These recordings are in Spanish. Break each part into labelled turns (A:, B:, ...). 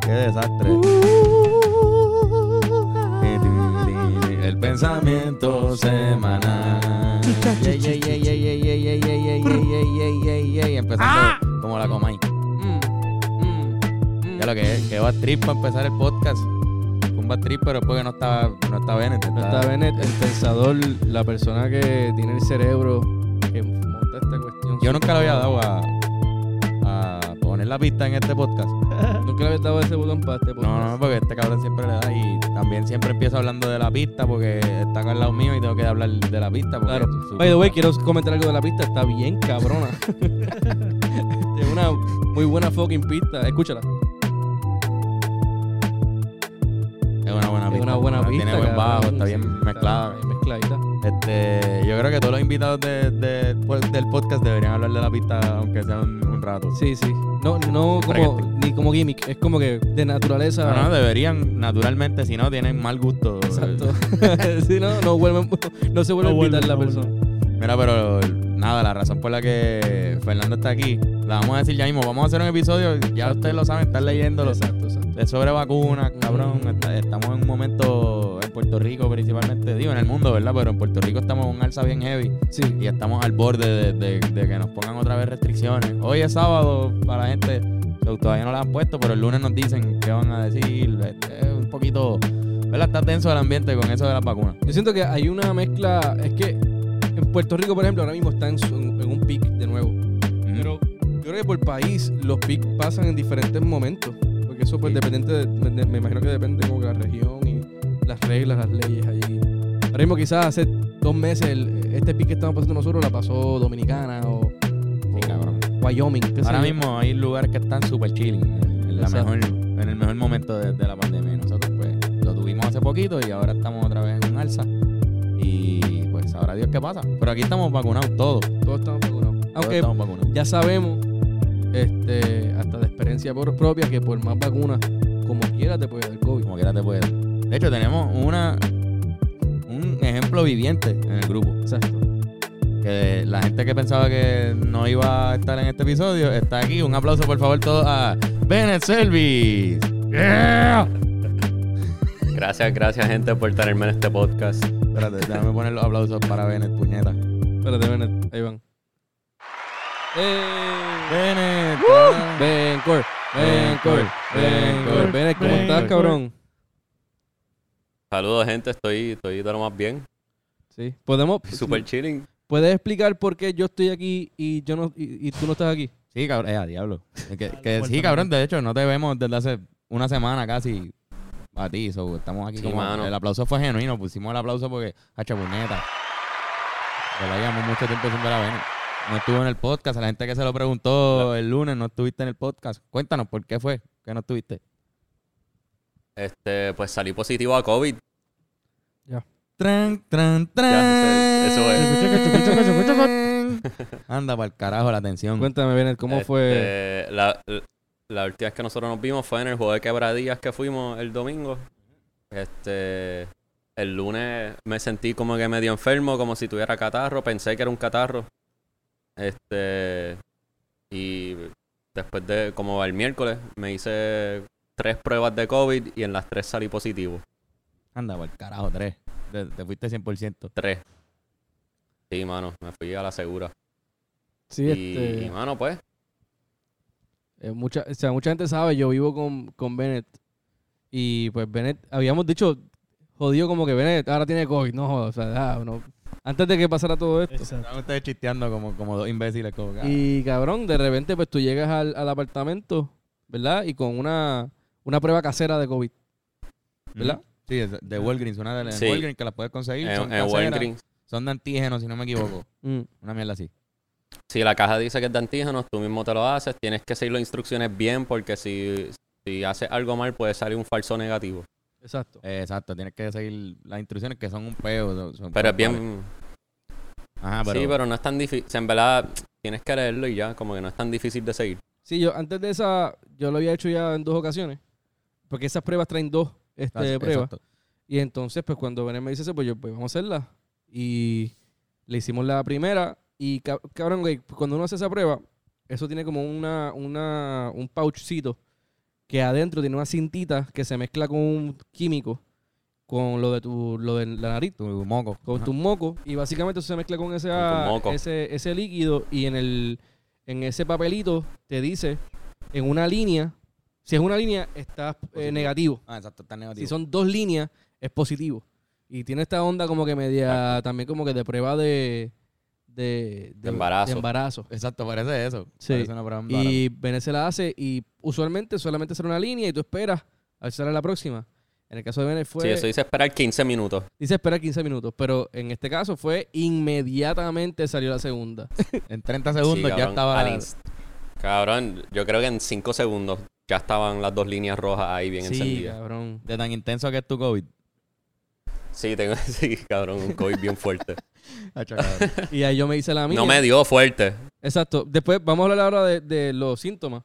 A: Qué desastre. El pensamiento semanal. Yay, yay, yay, yay, yay, yay, yay, yay, yay, yay, yay, yay. Empezando como la comay. Ya lo que es, que va trip para empezar el podcast. Fue Un bad trip, pero porque no está, no está Bennett.
B: No está Bennett, el pensador, la persona que tiene el cerebro que monta esta cuestión.
A: Yo nunca le había dado a, a poner la pista en este podcast.
B: nunca le había dado ese botón para este podcast.
A: No, no, porque este cabrón siempre le da y también siempre empieza hablando de la pista porque está acá al lado mío y tengo que hablar de la pista. Porque
B: Claro.
A: su-
B: By the way, quiero comentar algo de la pista. Está bien cabrona. es una muy buena fucking pista. Escúchala.
A: es una buena pista.
B: es una buena pista.
A: Tiene buen
B: cabrón.
A: bajo, está
B: Sí,
A: bien mezclada.
B: bien mezcladita.
A: Este, yo creo que todos los invitados de- de- pues, del podcast deberían hablar de la pista, aunque sea un, un rato.
B: Sí, sí. No, no
A: Para
B: como,
A: que
B: ni como gimmick. Es como que de naturaleza.
C: Ah,
A: No, no, deberían, naturalmente, si no, tienen mal gusto.
B: Exacto. sí, no, no, vuelve- no se vuelve
C: No
B: a invitar la
C: vuelve, no vuelve.
B: persona.
A: Mira, pero nada, la razón por la que Fernando está aquí, la vamos a decir ya mismo. Vamos a hacer un episodio, ya ustedes lo saben, están leyéndolo.
B: Exacto, exacto.
A: Es sobre vacunas, cabrón.
B: Ujú.
A: Está- Estamos en un momento en Puerto Rico, principalmente, digo, en el mundo, ¿verdad? Pero en Puerto Rico estamos en un alza bien heavy
B: Sí.
A: y estamos al borde de, de- de que nos pongan otra vez restricciones. Hoy es sábado para la gente, so, todavía no la han puesto, pero el lunes nos dicen qué van a decir. Este, es un poquito, ¿verdad? Está tenso el ambiente con eso de las vacunas.
B: Yo siento que hay una mezcla. Es que en Puerto Rico, por ejemplo, ahora mismo está en, su- en un pic de nuevo.
A: Mm.
B: Pero yo creo que por país los pics pasan en diferentes momentos. Porque eso pues
A: Sí.
B: dependiente de- de- de- me imagino que depende como que la región y las reglas, las leyes allí. Ahora mismo quizás hace dos meses el- este pic que estamos pasando nosotros la pasó Dominicana o,
A: Sí,
B: o
A: cabrón.
B: Wyoming. qué sé
A: Ahora
B: yo.
A: mismo hay lugares que están súper chilling, en, en la
B: Exacto.
A: mejor- en el mejor momento de, de la pandemia. Y Nosotros pues lo tuvimos hace poquito y ahora estamos otra vez en un alza. Y pues ahora Dios qué pasa. Pero aquí estamos vacunados todos. todos
B: Todos estamos vacunados. Aunque
A: estamos vacunados.
B: ya sabemos, este, hasta de experiencia por- propia, que por más vacunas, como quiera te puede dar COVID.
A: Como quiera te puede. De hecho, tenemos una un ejemplo viviente en el grupo.
B: Exacto.
A: Que la gente que pensaba que no iba a estar en este episodio está aquí. Un aplauso por favor todos a Bennett Service.
C: Gracias, gracias, gente, por tenerme en este podcast.
A: Espérate, déjame poner los aplausos para Bennett, puñeta.
B: Espérate, Bennett, ahí van. ¡Eh!
A: Bennett. cabrón.
B: Bencor, Bencor, Bencor. Bennett, ¿cómo estás,
C: Bencor.
B: cabrón?
C: Saludos, gente, estoy, estoy de lo más bien.
B: Sí. ¿Podemos,
C: Super chilling.
B: ¿Puedes explicar por qué yo estoy aquí y, yo no, y, y tú no estás aquí?
A: Sí, cabrón, eh, a diablo. Que- Que, que sí,
D: Cuéntame.
A: cabrón, de hecho, no te vemos desde hace una semana casi a ti, so, estamos aquí
C: Sí,
A: como...
C: mano.
A: El aplauso fue genuino, pusimos el aplauso porque, hacha puñeta. Que la llevamos mucho tiempo sin ver a Bennett. No estuvo en el podcast, a la gente que se lo preguntó el lunes, no estuviste en el podcast. Cuéntanos, ¿por qué fue que no estuviste?
C: Este, pues salí positivo a COVID.
A: Tran, tran, tran.
C: Ya, eso es.
A: Anda, para el carajo la tensión.
B: Cuéntame, Bennett, ¿cómo fue?
C: Este, La, la última vez que nosotros nos vimos fue en el juego de quebradillas que fuimos el domingo. Este, el lunes me sentí como que medio enfermo, como si tuviera catarro. Pensé que era un catarro. Este, y después de, como el miércoles, me hice tres pruebas de COVID y en las tres salí positivo.
A: Anda, para el carajo, tres. Te, te fuiste 100%.
C: Tres. Sí, mano, me fui a la segura.
B: Sí,
C: Y,
B: este,
C: mano, pues,
B: eh, mucha, o sea, mucha gente sabe, yo vivo con, con Bennett. Y pues Bennett, habíamos dicho, jodido como que Bennett ahora tiene COVID, no jodas, o sea, ah, no. antes de que pasara todo esto.
D: Exacto.
A: Estaban ustedes chisteando como, como dos imbéciles. Como, que, ah,
B: Y cabrón, de repente pues tú llegas al, al apartamento, ¿verdad? Y con una, una prueba casera de COVID, ¿verdad?
A: Sí, es de Walgreens, una de las
C: Sí.
A: Walgreens que las puedes conseguir. son,
C: en, en
A: caseras,
C: Walgreens
A: son de antígenos, si no me equivoco.
B: Mm.
A: Una mierda así.
C: Si la caja dice que es de antígenos, tú mismo te lo haces. Tienes que seguir las instrucciones bien porque si, si haces algo mal puede salir un falso negativo.
B: Exacto.
A: Eh, exacto, tienes que seguir las instrucciones que son un peo. son- son-
C: Pero es
A: vale.
C: bien...
A: Ajá, pero.
C: Sí, pero no es tan difícil. En verdad, tienes que leerlo y ya, como que no es tan difícil de seguir.
B: Sí, yo antes de esa, yo lo había hecho ya en dos ocasiones, porque esas pruebas traen dos este,
A: Ah, sí,
B: pruebas.
A: exacto.
B: Y entonces, pues cuando Benet me dice eso, pues yo, pues vamos a hacerla. Y le hicimos la primera. Y cab- cabrón, güey, cuando uno hace esa prueba, eso tiene como una, una, un pouchcito que adentro tiene una cintita que se mezcla con un químico, con lo de tu, lo de la nariz,
A: Tu moco.
B: con
A: Ajá.
B: tu moco, y básicamente eso se mezcla con, esa-
C: Con tu moco.
B: ese, ese líquido, y en el, en ese papelito te dice, en una línea, si es una línea, estás eh,
A: Positivo.
B: negativo.
A: Ah, exacto, está negativo.
B: Si son dos líneas, es positivo. Y tiene esta onda como que media, también como que de prueba de... De, de-
C: embarazo.
B: de embarazo.
A: Exacto, parece eso.
B: Sí.
A: Parece una prueba en vara.
B: Y Venezuela hace y usualmente solamente sale una línea y tú esperas a ver si sale la próxima. En el caso de Venezuela
C: Sí, eso dice esperar 15 minutos.
B: dice esperar 15 minutos, pero en este caso fue inmediatamente salió la segunda.
A: En 30 segundos
C: Sí,
A: ya
C: cabrón,
A: estaba.
C: al inst- Cabrón, yo creo que en 5 segundos ya estaban las dos líneas rojas ahí bien
B: sí,
C: encendidas.
B: cabrón.
A: De tan intenso que es tu COVID.
C: Sí, tengo, sí, cabrón, un COVID bien fuerte.
B: Ah,
A: Hacho, cabrón.
B: Y ahí yo me hice la mía.
C: No me dio fuerte.
B: Exacto. Después vamos a hablar ahora de, de los síntomas.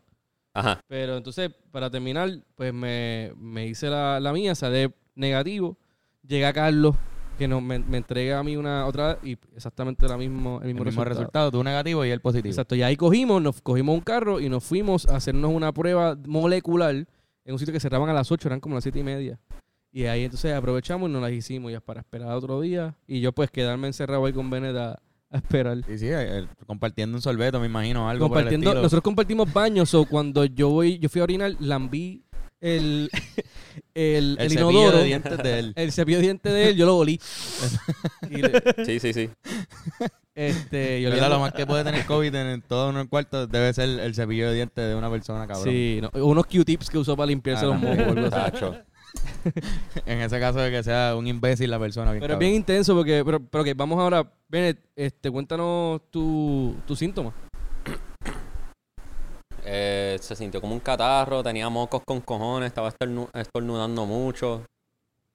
C: Ajá.
B: Pero entonces, para terminar, pues me, me hice la, la mía, sale negativo. Llega Carlos, que nos, me, me entrega a mí una otra y exactamente la mismo, el
A: El
B: mismo
A: mismo
B: resultado.
A: resultado, tú negativo y él positivo.
B: Exacto, y ahí cogimos, nos cogimos un carro y nos fuimos a hacernos una prueba molecular en un sitio que cerraban a las 8, eran como las 7 y media. Y ahí entonces aprovechamos y nos las hicimos ya para esperar otro día. Y yo pues quedarme encerrado ahí con Benet a, a esperar.
A: Y sí, eh, eh, compartiendo un sorbeto, me imagino, algo por el
B: Compartiendo,
A: estilo.
B: nosotros compartimos baños o cuando yo voy, yo fui a orinar, lambí el, el, el,
A: el cepillo
B: inodoro,
A: de dientes de él.
B: el cepillo de dientes de él, yo lo olí. Y le-
C: Sí, sí, sí.
B: este, yo
A: Yo
B: olía-
A: lo más que puede tener COVID en, en todo un cuarto debe ser el cepillo de dientes de una persona, cabrón.
B: Sí, no, unos Q-tips que usó para limpiarse
A: Ah,
B: los mocos. o algo así.
C: Tacho.
A: En ese caso de que sea un imbécil la persona. Bien
B: Pero es
A: cabrón.
B: bien intenso porque, pero, pero que vamos ahora, Bennett, este, cuéntanos tu, tus síntomas.
C: Eh, se sintió como un catarro, tenía mocos con cojones, estaba estornu- estornudando mucho.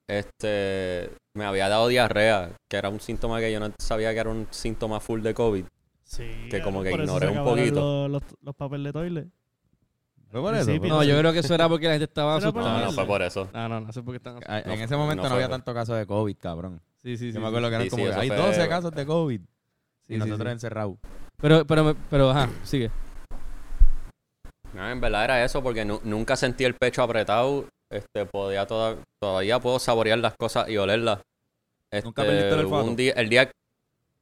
C: Este, me había dado diarrea, que era un síntoma que yo no sabía que era un síntoma full de COVID.
D: Sí.
C: Que como
D: cabrón,
C: que
D: por eso
C: ignoré
D: se
C: un
D: acabaron
C: poquito.
D: Los, los, los papeles de toilet.
A: Fue por eso.
D: Sí,
A: fue-
B: No, yo creo que eso era porque la gente estaba
D: Era
C: No,
D: por
B: asustada.
D: la
C: no, fue por eso.
B: No, no, no sé por qué están asust-
A: Ah, En
C: No,
A: ese momento
C: no
A: no,
C: fue
A: había
C: eso.
A: tanto caso de COVID, cabrón.
B: Sí, sí, sí.
A: Yo me acuerdo que eran
C: Sí, sí,
A: como que
C: eso
A: hay
C: fue-
A: 12 casos de COVID
B: sí,
A: y
B: sí,
A: nosotros
B: sí.
A: encerrados.
B: Pero, pero, me- pero, ajá, sigue.
C: No, en verdad era eso, porque nu- nunca sentí el pecho apretado. Este, podía toda- todavía puedo saborear las cosas y olerlas.
A: ¿Nunca perdiste el
C: hubo
A: olfato?
C: un día- el, día,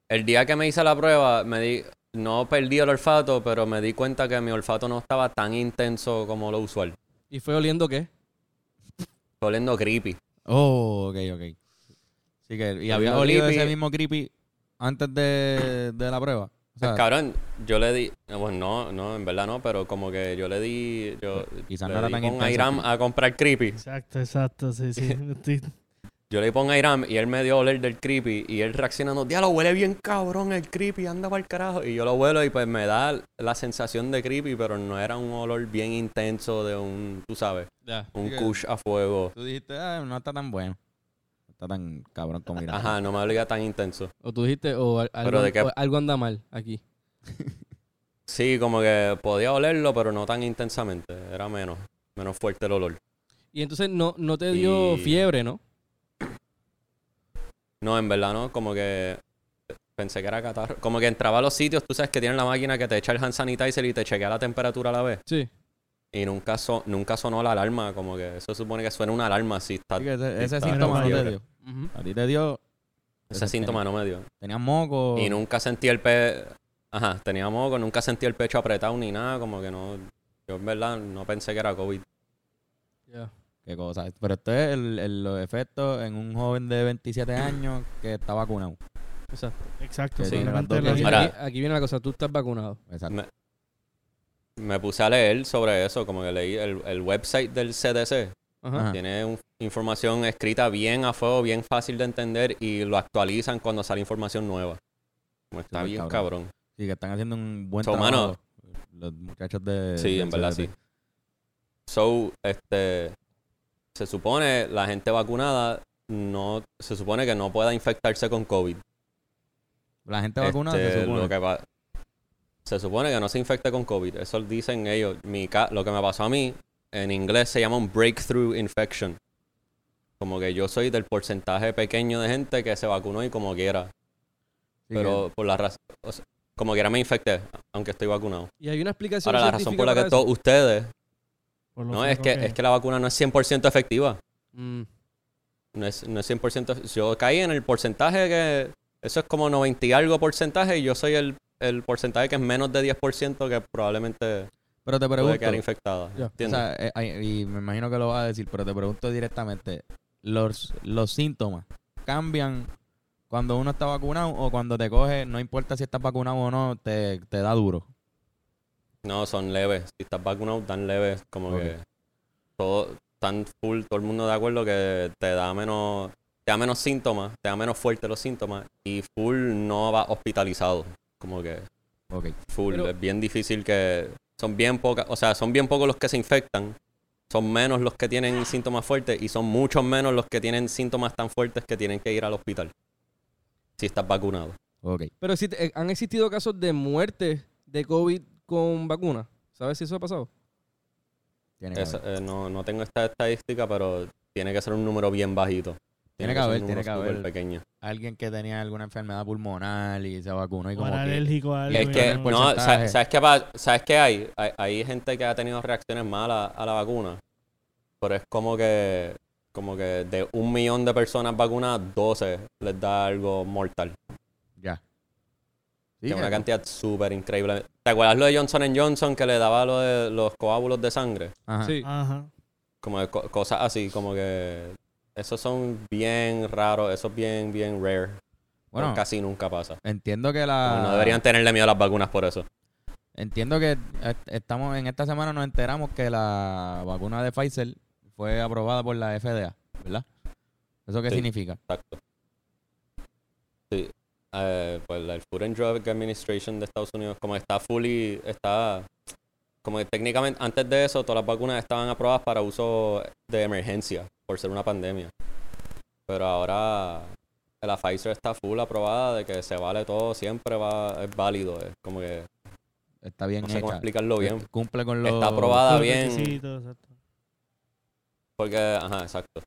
C: el día que me hice la prueba, me di, no perdí el olfato, pero me di cuenta que mi olfato no estaba tan intenso como lo usual.
B: ¿Y fue oliendo qué?
C: Fue oliendo creepy.
A: Oh, ok, ok. Así que, ¿y
C: Había
A: había
C: un
A: olido
C: creepy.
A: ese mismo creepy antes de, de la prueba? O sea,
C: Pues, Cabrón, yo le di. no, Pues no, no, en verdad no, pero como que yo le di. Yo
A: quizás Pues,
C: le
A: no era
C: di
A: tan
C: con
A: intenso el
C: Airam
A: creepy.
C: a comprar creepy.
D: Exacto, exacto, sí, sí. Estoy-
C: Yo le pongo a Iram y él me dio a oler del creepy y él reaccionando, diablo, huele bien cabrón el creepy, anda para el carajo. Y yo lo huelo y pues me da la sensación de creepy, pero no era un olor bien intenso de un, tú sabes,
B: Ya.
C: un
A: Sí que-
C: kush a fuego.
A: Tú dijiste, ah, no está tan bueno. No está tan cabrón como Irán.
C: Ajá, no me olía tan intenso.
B: O tú dijiste, o al- algo,
C: Pero de qué-
B: o algo anda mal aquí.
C: Sí, como que podía olerlo, pero no tan intensamente, era menos, menos fuerte el olor.
B: Y entonces no, no te dio
C: Y-
B: fiebre, ¿no?
C: No, en verdad no, como que pensé que era catarro. Como que entraba a los sitios, tú sabes que tienen la máquina que te echa el hand sanitizer y te chequea la temperatura a la vez.
B: Sí.
C: Y nunca, so- nunca sonó la alarma, como que eso supone que suena una alarma si está...
A: Así que ese,
C: Sí,
A: ese
C: está.
A: síntoma no
D: Mira,
A: te
D: vaya.
A: dio.
B: Ujú.
A: A ti te dio.
C: Ese síntoma no me dio.
A: Tenías moco.
C: Y nunca sentí el pe... Ajá, tenía moco, nunca sentí el pecho apretado ni nada, como que no... Yo en verdad no pensé que era COVID.
B: Ya.
A: Qué cosa. Pero esto es el, el- los efectos en un joven de 27 años Este que está vacunado.
B: Exacto.
D: Exacto,
A: Sí,
D: solamente
A: las dos
D: la
A: dosis.
B: Aquí,
D: vida.
C: Ahora-
B: aquí viene la cosa, tú estás vacunado.
A: Exacto.
C: Me, me puse a leer sobre eso, como que leí el, el website del CDC.
B: Ajá.
A: Ajá.
C: Tiene un- información escrita bien a fuego, bien fácil de entender y lo actualizan cuando sale información nueva. Como está
A: Súper
C: bien
A: cabrón.
C: cabrón.
A: Sí, que están haciendo un buen
C: So,
A: trabajo. Los muchachos de.
C: Sí,
A: del
C: en verdad
A: CDT.
C: sí. So, este, se supone la gente vacunada no, se supone que no pueda infectarse con COVID.
A: La gente vacunada
C: Este,
A: se supone.
C: lo que va- se supone que no se infecta con COVID. Eso dicen ellos. Mi ca- lo que me pasó a mí, en inglés se llama un breakthrough infection. Como que yo soy del porcentaje pequeño de gente que se vacunó y como quiera.
A: Sí,
C: pero por la razón, como quiera me infecté, aunque estoy vacunado.
B: Y hay una explicación
C: Ahora la
B: científica
C: razón por la
B: para
C: que
B: eso.
C: todos ustedes
D: Por lo
C: No, es
D: poco
C: que, es que la vacuna no es 100% efectiva.
B: Mm,
C: No es, no es 100%. Yo caí en el porcentaje que. Eso es como 90 y algo porcentaje y yo soy el, el porcentaje que es menos de 10% que probablemente
A: Pero te
C: puede quedar
A: pregunto.
C: infectada.
B: Ya.
A: O
C: ¿Entiendes?
A: sea, eh, ay, y me imagino que lo vas a decir, pero te pregunto directamente, ¿los, los síntomas cambian cuando uno está vacunado o cuando te coge, no importa si estás vacunado o no, te, te da duro?
C: No, son leves. Si estás vacunado, tan leves. Como
A: Ok.
C: que todo, tan full, todo el mundo de acuerdo que te da menos, te da menos síntomas, te da menos fuerte los síntomas y full no va hospitalizado. Como que
A: Ok.
C: full,
B: Pero-
C: es bien difícil que son bien pocas, o sea, son bien pocos los que se infectan, son menos los que tienen síntomas fuertes y son muchos menos los que tienen síntomas tan fuertes que tienen que ir al hospital. Si estás vacunado.
A: Ok.
B: Pero existe- eh, han existido casos de muerte de COVID con vacuna. ¿Sabes si eso ha pasado?
A: Tiene que
C: Esa-
A: haber.
C: eh, no, no tengo esta estadística, pero tiene que ser un número bien bajito.
A: Tiene que
C: ser un
A: haber, tiene
C: número
A: que haber.
C: súper pequeño.
A: Alguien que tenía alguna enfermedad pulmonar y se vacunó y
D: O
A: como
D: era
A: que...
D: alérgico a
A: Y
D: algo.
C: Es
A: Algo
C: que,
A: en el
D: ¿no?
C: no,
A: porcentaje.
C: sa- ¿sabes qué, pa- ¿sabes qué hay? hay? hay gente que ha tenido reacciones malas a la vacuna, pero es como que como que de un millón de personas vacunadas, 12 les da algo mortal.
A: Ya. Sí,
C: que es una
A: que-
C: cantidad súper increíble. ¿Te acuerdas lo de Johnson Johnson que le daba lo de los coágulos de sangre?
A: Ajá.
B: Sí.
D: Ajá.
C: Como de co- cosas así, como que... Esos son bien raros, eso es bien, bien rare.
A: Bueno, Ah.
C: casi nunca pasa.
A: entiendo que
C: Como
A: la...
C: No deberían tenerle miedo a las vacunas por eso.
A: Entiendo que est- estamos en esta semana nos enteramos que la vacuna de Pfizer fue aprobada por la FDA, ¿verdad? ¿Eso qué
C: Sí.
A: significa?
C: Exacto. Sí. Eh, pues la el Food and Drug Administration de Estados Unidos, como está fully, está, como que técnicamente, antes de eso, todas las vacunas estaban aprobadas para uso de emergencia, por ser una pandemia. Pero ahora la Pfizer está full aprobada de que se vale todo, siempre va, es válido, es como que,
A: Está bien
C: no sé cómo
A: hecha.
C: explicarlo bien.
A: Eh, Cumple con los...
C: Está aprobada
D: Los
C: bien,
D: requisitos, exacto.
C: porque, ajá, exacto.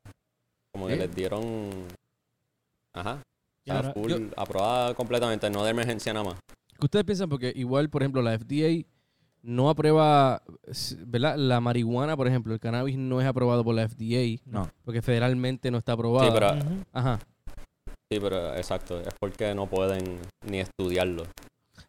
C: Como que
A: Sí.
C: les dieron, ajá,
D: Y
C: Está
D: ahora-
C: full,
B: yo-
C: aprobada completamente, no de emergencia nada más.
B: ¿Qué ustedes piensan? Porque igual, por ejemplo, la FDA no aprueba, s- ¿verdad? La marihuana, por ejemplo, el cannabis no es aprobado por la FDA.
A: No.
B: Porque federalmente no está aprobado.
C: Ah, Sí, pero,
D: Ujú.
B: Ajá.
C: sí, pero exacto, es porque no pueden ni estudiarlo.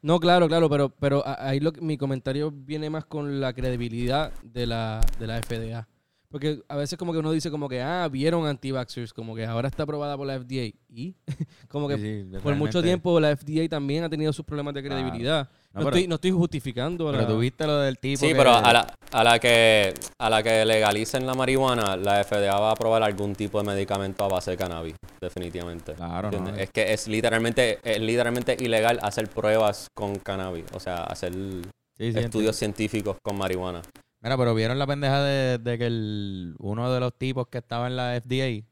B: No, claro, claro, pero, pero a- ahí lo que- mi comentario viene más con la credibilidad de la, de la FDA. Porque a veces como que uno dice como que, ah, vieron anti-vaxxers, como que ahora está aprobada por la FDA. Y como que
A: Sí, sí,
B: por
A: realmente.
B: mucho tiempo la FDA también ha tenido sus problemas de
A: Claro.
B: credibilidad.
A: No,
B: No,
A: pero-
B: estoy, no estoy justificando.
A: Pero
B: la-
A: tuviste lo del tipo
C: Sí,
A: que-
C: pero a la, a la que a la que legalicen la marihuana, la FDA va a aprobar algún tipo de medicamento a base de cannabis, definitivamente.
A: Claro, no.
C: ¿Entiendes? Es que es literalmente, es literalmente ilegal hacer pruebas con cannabis, o sea, hacer
A: Sí, sí,
C: estudios científicos con marihuana.
A: Mira, pero vieron la pendeja de, de que el, uno de los tipos que estaba en la FDA,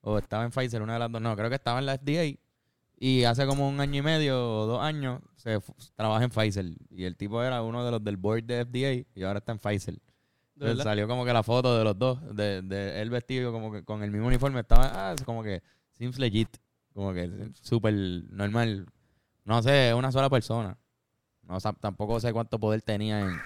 A: o estaba en Pfizer, una de las dos, no, creo que estaba en la FDA, y hace como un año y medio o dos años se fu- trabaja en Pfizer. Y el tipo era uno de los del board de FDA y ahora está en Pfizer.
B: ¿De
A: Entonces
B: verdad?
A: salió como que la foto de los dos, de, de él vestido como que con el mismo uniforme, estaba, ah, es como que seems legit, como que súper normal. No sé, es una sola persona. No sa- tampoco sé cuánto poder tenía en,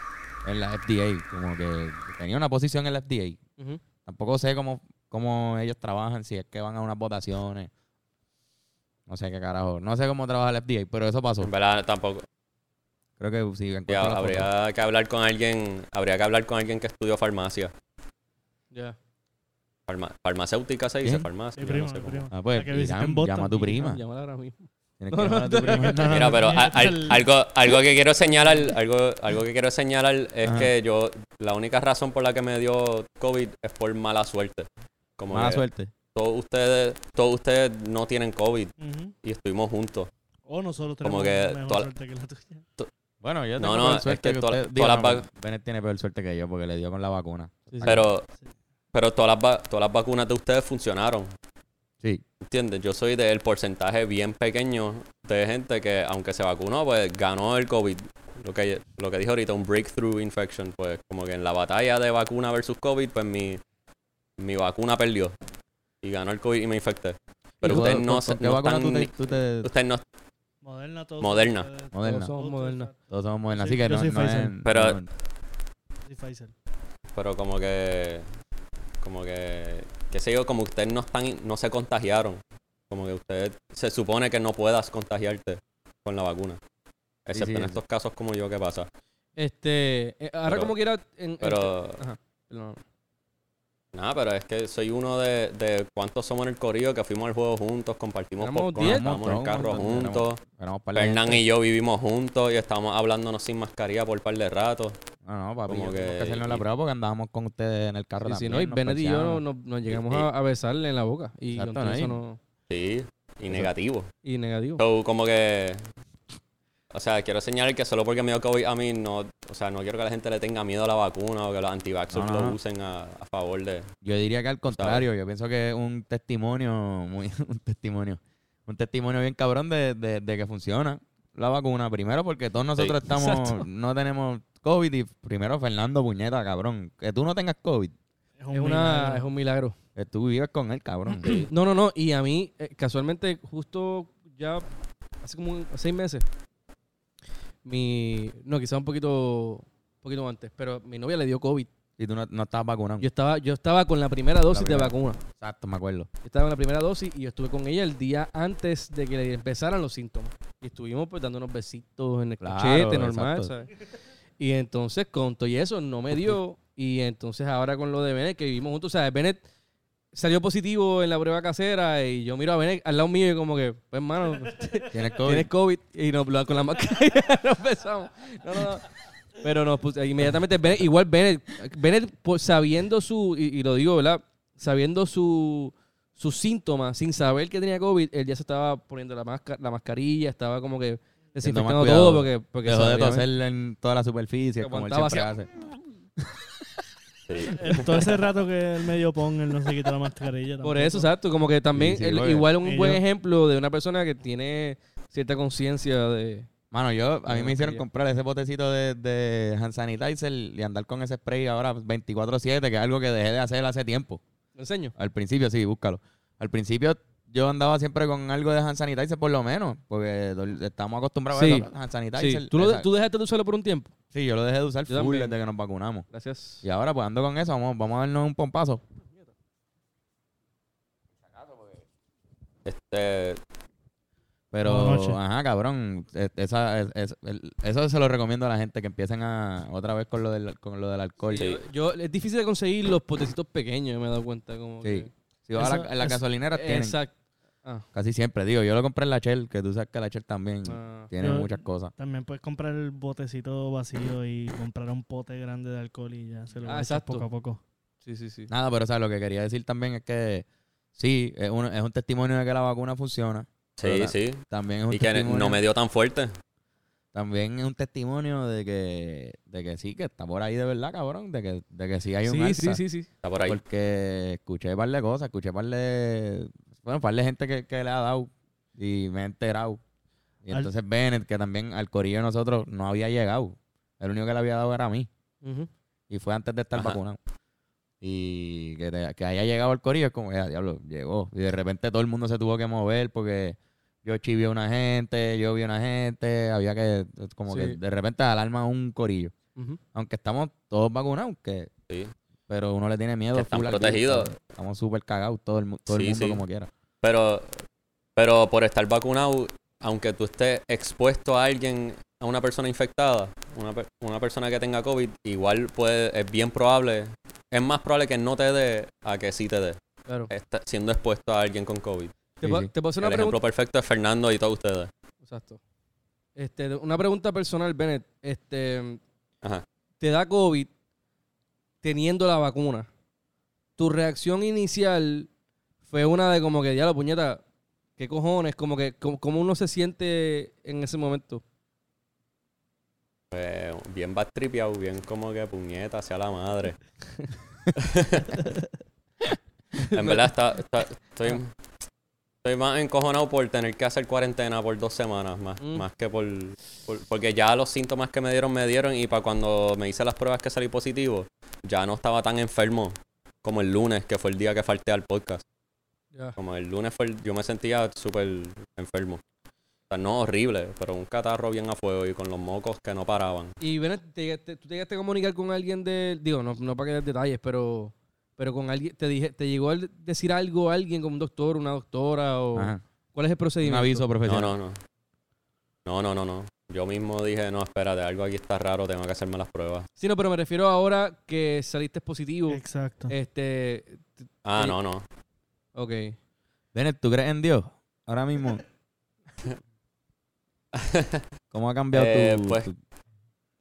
A: en la FDA, como que tenía una posición en la FDA.
B: Ujú.
A: Tampoco sé cómo, cómo ellos trabajan, si es que van a unas votaciones. No sé qué carajo. No sé cómo trabaja la FDA, pero eso pasó.
C: En verdad, tampoco.
A: Creo que sí, encuentro
C: Ya,
A: la foto.
C: habría que hablar con alguien, habría que hablar con alguien que estudió farmacia.
B: Ya.
C: Farma- farmacéutica se dice,
A: ¿Quién?
C: farmacia.
D: Mi
C: yo no
D: primo,
C: sé
D: mi
C: cómo.
D: primo.
A: Ah, pues,
D: La que visité
A: Irán,
D: en Boston.
A: llama a tu prima.
B: Llámala ahora mismo.
A: Tienes que
B: No, no,
A: llamar a tu
B: no,
A: prima.
D: no, no.
C: Mira, pero
D: Mira,
C: al- al-
D: el-
C: algo, algo que quiero señalar, algo, algo que quiero señalar es
A: Ajá.
C: que yo, la única razón por la que me dio COVID es por mala suerte. Como
A: Mala
C: que
A: suerte.
C: Todos ustedes, todos ustedes no tienen COVID
D: Ujú.
C: y estuvimos juntos.
D: O nosotros
C: Como
D: tenemos
C: que
D: mejor
C: toda-
D: suerte que la tuya.
A: Bueno, yo
C: No,
A: tengo
C: no,
A: peor
C: es
A: suerte
C: que
A: que,
C: toda-
A: usted.
C: todas
A: Digo,
C: las
A: no,
C: vac-
A: Bennett tiene peor suerte que yo porque le dio con la vacuna.
D: Sí, sí.
C: Pero,
D: Sí.
C: pero todas las va- todas las vacunas de ustedes funcionaron.
A: Sí.
C: ¿Entiendes? Yo soy del porcentaje bien pequeño de gente que, aunque se vacunó, pues ganó el COVID. Lo que, lo que dije ahorita, un breakthrough infection. Pues como que en la batalla de vacuna versus COVID, pues mi, mi vacuna perdió. Y ganó el COVID y me infecté. Pero
A: ¿Y
C: ustedes
A: con-
C: no,
A: con-
C: se-
A: con ¿Qué
C: no
A: vacuna tú
C: están
A: te,
C: ni-
A: tú te-
C: ustedes no...
D: Moderna todo.
C: Moderna.
A: Moderna.
B: Todos somos Moderna.
A: Todos somos modernos,
D: Sí,
A: así que
D: yo
A: no,
D: soy
A: no es...
D: Pfizer.
A: no
C: Pero-
A: es-
D: Sí, Pfizer.
C: Pero como que. Como que. Que sé yo, como ustedes no están. No se contagiaron. Como que usted se supone que no puedas contagiarte con la vacuna. Excepto
A: sí,
C: en
A: sí.
C: estos casos como yo que pasa.
B: Este, eh, ahora
C: Pero-
B: como quiera... en- en-
C: Pero.
B: no,
C: Nada, pero es que soy uno de, de cuántos somos en el corillo que fuimos al juego juntos, compartimos
B: Éramos
C: popcorn,
B: diez.
C: estábamos en el
A: Un montón,
C: carro
A: un montón,
C: juntos.
A: Éramos par de
C: Fernán
A: gente.
C: y yo vivimos juntos y estábamos hablándonos sin mascarilla por un par de rato.
A: No, no, papi,
C: como
A: yo tengo
C: que-
A: que hacernos la
C: y-
A: prueba porque andábamos con ustedes en el carro
B: y si
A: también.
B: no, y
A: nos
B: Bennett y yo no-
A: paseamos.
B: no- nos, llegamos
C: Y-
B: a, a besarle en la boca. Y
A: Exacto,
B: contra
A: ¿no?
B: eso
A: Y-
B: no...
C: Sí, y negativo.
B: Y negativo.
C: So, como que. O sea, quiero señalar que solo porque me dio COVID a mí, no, o sea, no quiero que la gente le tenga miedo a la vacuna o que los antivaxxers
A: No, no,
C: lo
A: no.
C: usen a, a favor de.
A: Yo diría que al contrario, yo pienso que es un testimonio, muy, un testimonio, un testimonio bien cabrón de, de- de que funciona la vacuna. Primero porque todos nosotros
C: Sí,
A: estamos,
B: exacto.
A: no tenemos COVID y primero Fernando Puñeta, cabrón. Que tú no tengas COVID,
B: es, una, es un milagro.
A: que Eh, tú vives con él, cabrón.
B: No, no, no. Y a mí, eh, casualmente, justo ya hace como un- seis meses, mi. No, quizás un poquito, un poquito antes, pero mi novia le dio COVID.
A: Y tú no, no estás vacunado.
B: Yo estaba, yo estaba con la primera dosis
A: primera.
B: de vacuna.
A: Exacto, me acuerdo.
B: Yo estaba en la primera dosis y yo estuve con ella el día antes de que le empezaran los síntomas. Y estuvimos pues dando unos besitos en el
A: Claro,
B: cachete, normal,
A: exacto.
B: ¿sabes? Y entonces con todo y eso no me dio. Y entonces ahora con lo de Bennett que vivimos juntos, o sea, Bennett salió positivo en la prueba casera y yo miro a Bennett al lado mío y como que, pues hermano,
A: Tienes COVID.
B: tienes COVID y nos lo- con la mascarilla nos besamos. No, no, no. Pero nos puse, inmediatamente Bennett- igual Bennett, Bennett pues, sabiendo su, y, y lo digo, ¿verdad? Sabiendo su, sus síntomas, sin saber que tenía COVID, él ya se estaba poniendo la, masca- la mascarilla, estaba como que
A: Siendo más
B: desinfectando
A: cuidado.
B: todo porque, porque
A: Dejó de
B: sabía-
A: toser en toda la superficie,
B: Que
A: como él
B: aguantaba
A: siempre hace.
C: Sí.
D: Eh, Todo ese rato que el medio pon, él no se quita la mascarilla.
B: Por
D: tampoco.
B: eso, exacto, como que también,
A: Sí, sí,
B: él-
A: porque-
B: igual
D: Y
B: un buen
D: yo-
B: ejemplo de una persona que tiene cierta conciencia de...
A: Mano, yo, a mí
B: No,
A: me hicieron
B: quería.
A: comprar ese botecito de, de hand sanitizer y andar con ese spray ahora 24-7, que es algo que dejé de hacer hace tiempo.
B: ¿Lo enseño?
A: Al principio, sí, búscalo. Al principio yo andaba siempre con algo de hand sanitizer por lo menos, porque do- estamos acostumbrados
B: Sí.
A: a eso, hand sanitizer.
B: Sí. ¿Tú, lo de-
A: Esa-
B: tú dejaste de usarlo por un tiempo.
A: Sí, yo lo dejé de usar full
B: Yo también.
A: desde que nos vacunamos.
B: Gracias.
A: Y ahora pues ando con eso, vamos, vamos a darnos un pompazo.
C: Este,
A: Pero,
D: Buenas noches.
A: ajá, cabrón, es- esa, es- es- el- eso se lo recomiendo a la gente, que empiecen a otra vez con lo del, con lo del alcohol.
C: Sí.
B: Pues Yo, es difícil de conseguir los potecitos pequeños, me he dado cuenta. Como
A: Sí.
B: que-
A: Si vas a la,
D: Eso-
A: a las
D: eso-
A: gasolineras tienen.
B: Exacto. Ah,
A: Casi siempre, digo. Yo lo compré en la Shell, que tú sabes que la Shell también
B: ah.
A: tiene
D: Yo-
A: muchas cosas.
D: También puedes comprar el botecito vacío y comprar un pote grande de alcohol y ya se lo
B: Ah,
D: echas
B: exacto.
D: poco a poco.
B: Sí, sí, sí.
A: Nada, pero o sea, lo que quería decir también es que sí, es un, es un testimonio de que la vacuna funciona.
C: sí,
A: Pero
C: sí.
A: También es un
C: Y que
A: testimonio,
C: no me dio tan fuerte.
A: también es un testimonio de que, de que sí, que está por ahí de verdad, cabrón, de que, de que sí hay un
B: Sí,
A: alza.
B: sí, sí, sí.
C: Está por ahí.
A: Porque escuché par de cosas, escuché par de, bueno, par de gente que, que le ha dado y me he enterado. Y
D: Al-
A: entonces Bennett, que también al corillo de nosotros no había llegado. El único que le había dado era a mí.
B: Ujú.
A: Y fue antes de estar
C: Ajá.
A: vacunado. Y que, te- que haya llegado el corillo es como, ya, diablo, llegó. Y de repente todo el mundo se tuvo que mover porque yo chivié a una gente, yo vi a una gente, había que, como que
B: Sí.
A: de repente alarma un corillo.
B: Ujú.
A: Aunque estamos todos vacunados, que,
C: Sí.
A: pero uno le tiene miedo.
C: Que están
A: full al virus,
C: protegidos.
A: cabrón. Estamos súper cagados, todo el, mu- todo el
C: Sí,
A: mundo
C: sí.
A: como quiera.
C: Pero, pero por estar vacunado, aunque tú estés expuesto a alguien, a una persona infectada, una, per- una persona que tenga COVID, igual puede, es bien probable, es más probable que no te dé a que sí te dé,
B: Claro.
C: esta- siendo expuesto a alguien con COVID.
B: ¿Te,
A: Eh, sí,
B: puedo-
A: sí.
B: te puedo hacer
C: El
B: una
C: ejemplo
B: pregunta?
C: perfecto es Fernando y todos ustedes.
B: Exacto. Este, una pregunta personal, Bennett. Este,
C: Ajá.
B: Te da COVID teniendo la vacuna. Tu reacción inicial fue una de como que, ya la puñeta, ¿qué cojones? Como que, como, como uno se siente en ese momento.
C: Eh, bien bad tripiao, bien como que puñeta hacia la madre. en verdad, está- está- estoy, estoy más encojonado por tener que hacer cuarentena por dos semanas, más,
B: Mm.
C: más que por, por- Porque ya los síntomas que me dieron, me dieron. Y para cuando me hice las pruebas que salí positivo, ya no estaba tan enfermo como el lunes, que fue el día que falté al podcast. Como el lunes fue el- yo me sentía súper enfermo. O sea, no horrible, pero un catarro bien a fuego y con los mocos que no paraban.
B: Y Bennett, te llegaste- ¿tú te llegaste a comunicar con alguien de... Digo, no, no para que des detalles, pero... Pero con alguien... Te, dije, ¿Te llegó a decir algo a alguien como un doctor, una doctora o...?
A: Ajá.
B: ¿Cuál es el
A: Un
B: procedimiento?
A: aviso
C: No,
A: profesional.
C: no, no. No, no, no, no. Yo mismo dije, no, espérate, algo aquí está raro, tengo que hacerme las pruebas.
B: Sí, no, pero me refiero ahora que saliste positivo.
A: Eh.
D: Exacto.
B: Este... t-
C: Ah,
B: Sí.
C: no, no.
B: Ok.
A: Bennett, ¿tú crees en Dios? Ahora mismo. ¿Cómo ha cambiado
C: Eh,
A: tu,
C: pues-
A: tu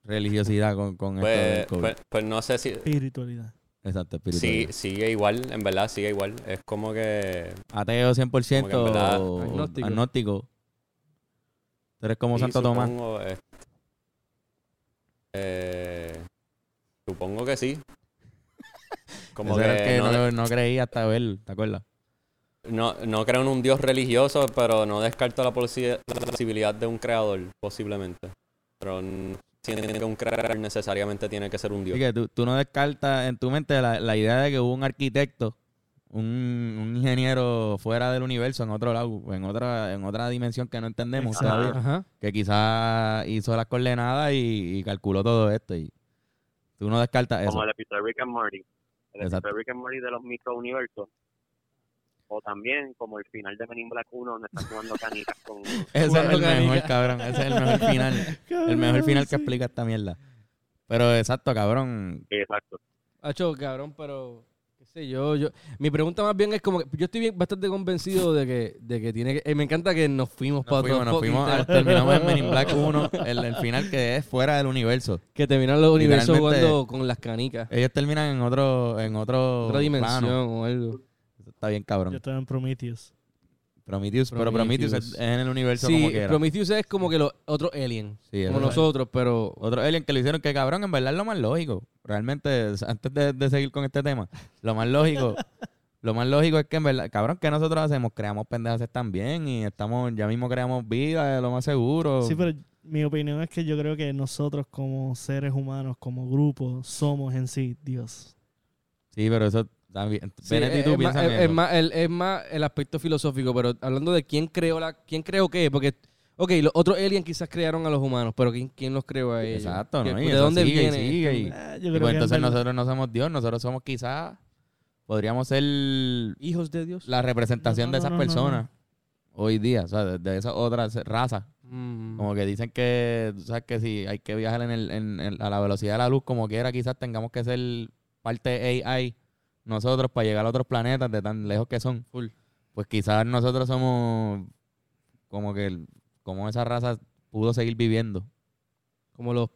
A: religiosidad con, con esto
C: Pues,
A: del COVID?
C: pues- pues no sé si...
D: Espiritualidad.
A: Exacto,
C: Sí,
A: espiritualidad.
C: sigue igual, en verdad sigue igual. Es como que...
A: Ateo 100%
C: Como que en verdad-
A: o
B: Agnóstico.
A: agnóstico. Tú eres como
C: sí,
A: Santo Tomás.
C: supongo, eh, eh, supongo que sí. Como
A: Ese
C: que,
A: era el que
C: no,
A: no, no creía hasta ver, ¿te acuerdas?
C: no- no creo en un dios religioso, pero no descarto la, posi- la posibilidad de un creador, posiblemente. Pero no siento que un creador necesariamente tiene que ser un dios.
A: Así que tú, tú no descartas en tu mente la, la idea de que hubo un arquitecto, un, un ingeniero fuera del universo, en otro lado, en otra, en otra dimensión que no entendemos
D: Exacto.
A: todavía,
B: Ajá.
A: que quizás hizo las coordenadas y, y calculó todo esto. Y tú no descartas eso.
E: como el episodio de Rick and Morty. El
A: Exacto.
E: episodio de Rick and Morty de los microuniversos. O también como el final de Men in Black 1 donde están jugando canicas con...
A: Ese es el
B: Jugando canica.
A: mejor, cabrón. Ese es el mejor final. El mejor final que explica esta mierda. Pero exacto, cabrón.
E: Exacto.
B: Hacho, cabrón, pero qué sé yo, yo mi pregunta más bien es como que yo estoy bien, bastante convencido de que de que tiene que eh, me encanta que nos fuimos
A: Nos
B: para
A: fuimos,
B: otro
A: nos
B: fucking
A: fuimos
B: tema,
A: al- Pues, terminamos en Men in Black 1, el, el final que es fuera del universo.
B: que terminaron los universos
A: Literalmente-
B: jugando con las canicas,
A: Ellos terminan en otro, en otro
B: otra dimensión
A: plano.
B: o algo.
A: Eso Está bien, cabrón.
D: Yo estaba en Prometheus.
A: Prometheus, pero
B: Prometheus.
A: Prometheus es es en el universo como
B: Sí,
A: quiera.
B: Prometheus es como que los otros aliens,
A: Sí, es
B: como
A: verdad.
B: nosotros, pero
A: Otro alien que le hicieron que cabrón, en verdad es lo más lógico. Realmente, es- antes de, de seguir con este tema, lo más lógico, lo más lógico es que en verdad, cabrón, ¿qué nosotros hacemos? Creamos pendejas también y estamos, ya mismo creamos vida, es lo más seguro.
D: Sí, pero mi opinión es que yo creo que nosotros como seres humanos, como grupo, somos en sí Dios.
A: Sí, pero eso también.
B: sí, eh,
A: Bennett y
B: es,
A: tú
B: es más,
A: piensan en
B: es- es
A: eso.
B: más el, es más el aspecto filosófico, pero hablando de quién creó la quién creó qué, porque ok, los otros aliens quizás crearon a los humanos, pero quién, quién los creó a ellos?
A: Exacto,
B: ¿Qué-
A: ¿no? Y
B: ¿De
A: eso
B: dónde
A: sigue y
B: viene? este
A: sigue y-
D: Ah, yo
A: Y pues
D: creo que en
A: entonces
D: verdad-
A: nosotros no somos Dios, nosotros somos quizás, podríamos ser
B: Hijos de Dios.
A: la representación de
D: No, no,
A: esas
D: no, no, no.
A: personas hoy día, o sea, de, de esas otras razas.
B: Mm.
A: Como que dicen que, tú sabes que si hay que viajar en el, en- en- a la velocidad de la luz como quiera, quizás tengamos que ser parte AI nosotros para llegar a otros planetas de tan lejos que son.
B: Full.
A: Pues quizás nosotros somos como que, el- como esa raza pudo seguir viviendo.
B: como los,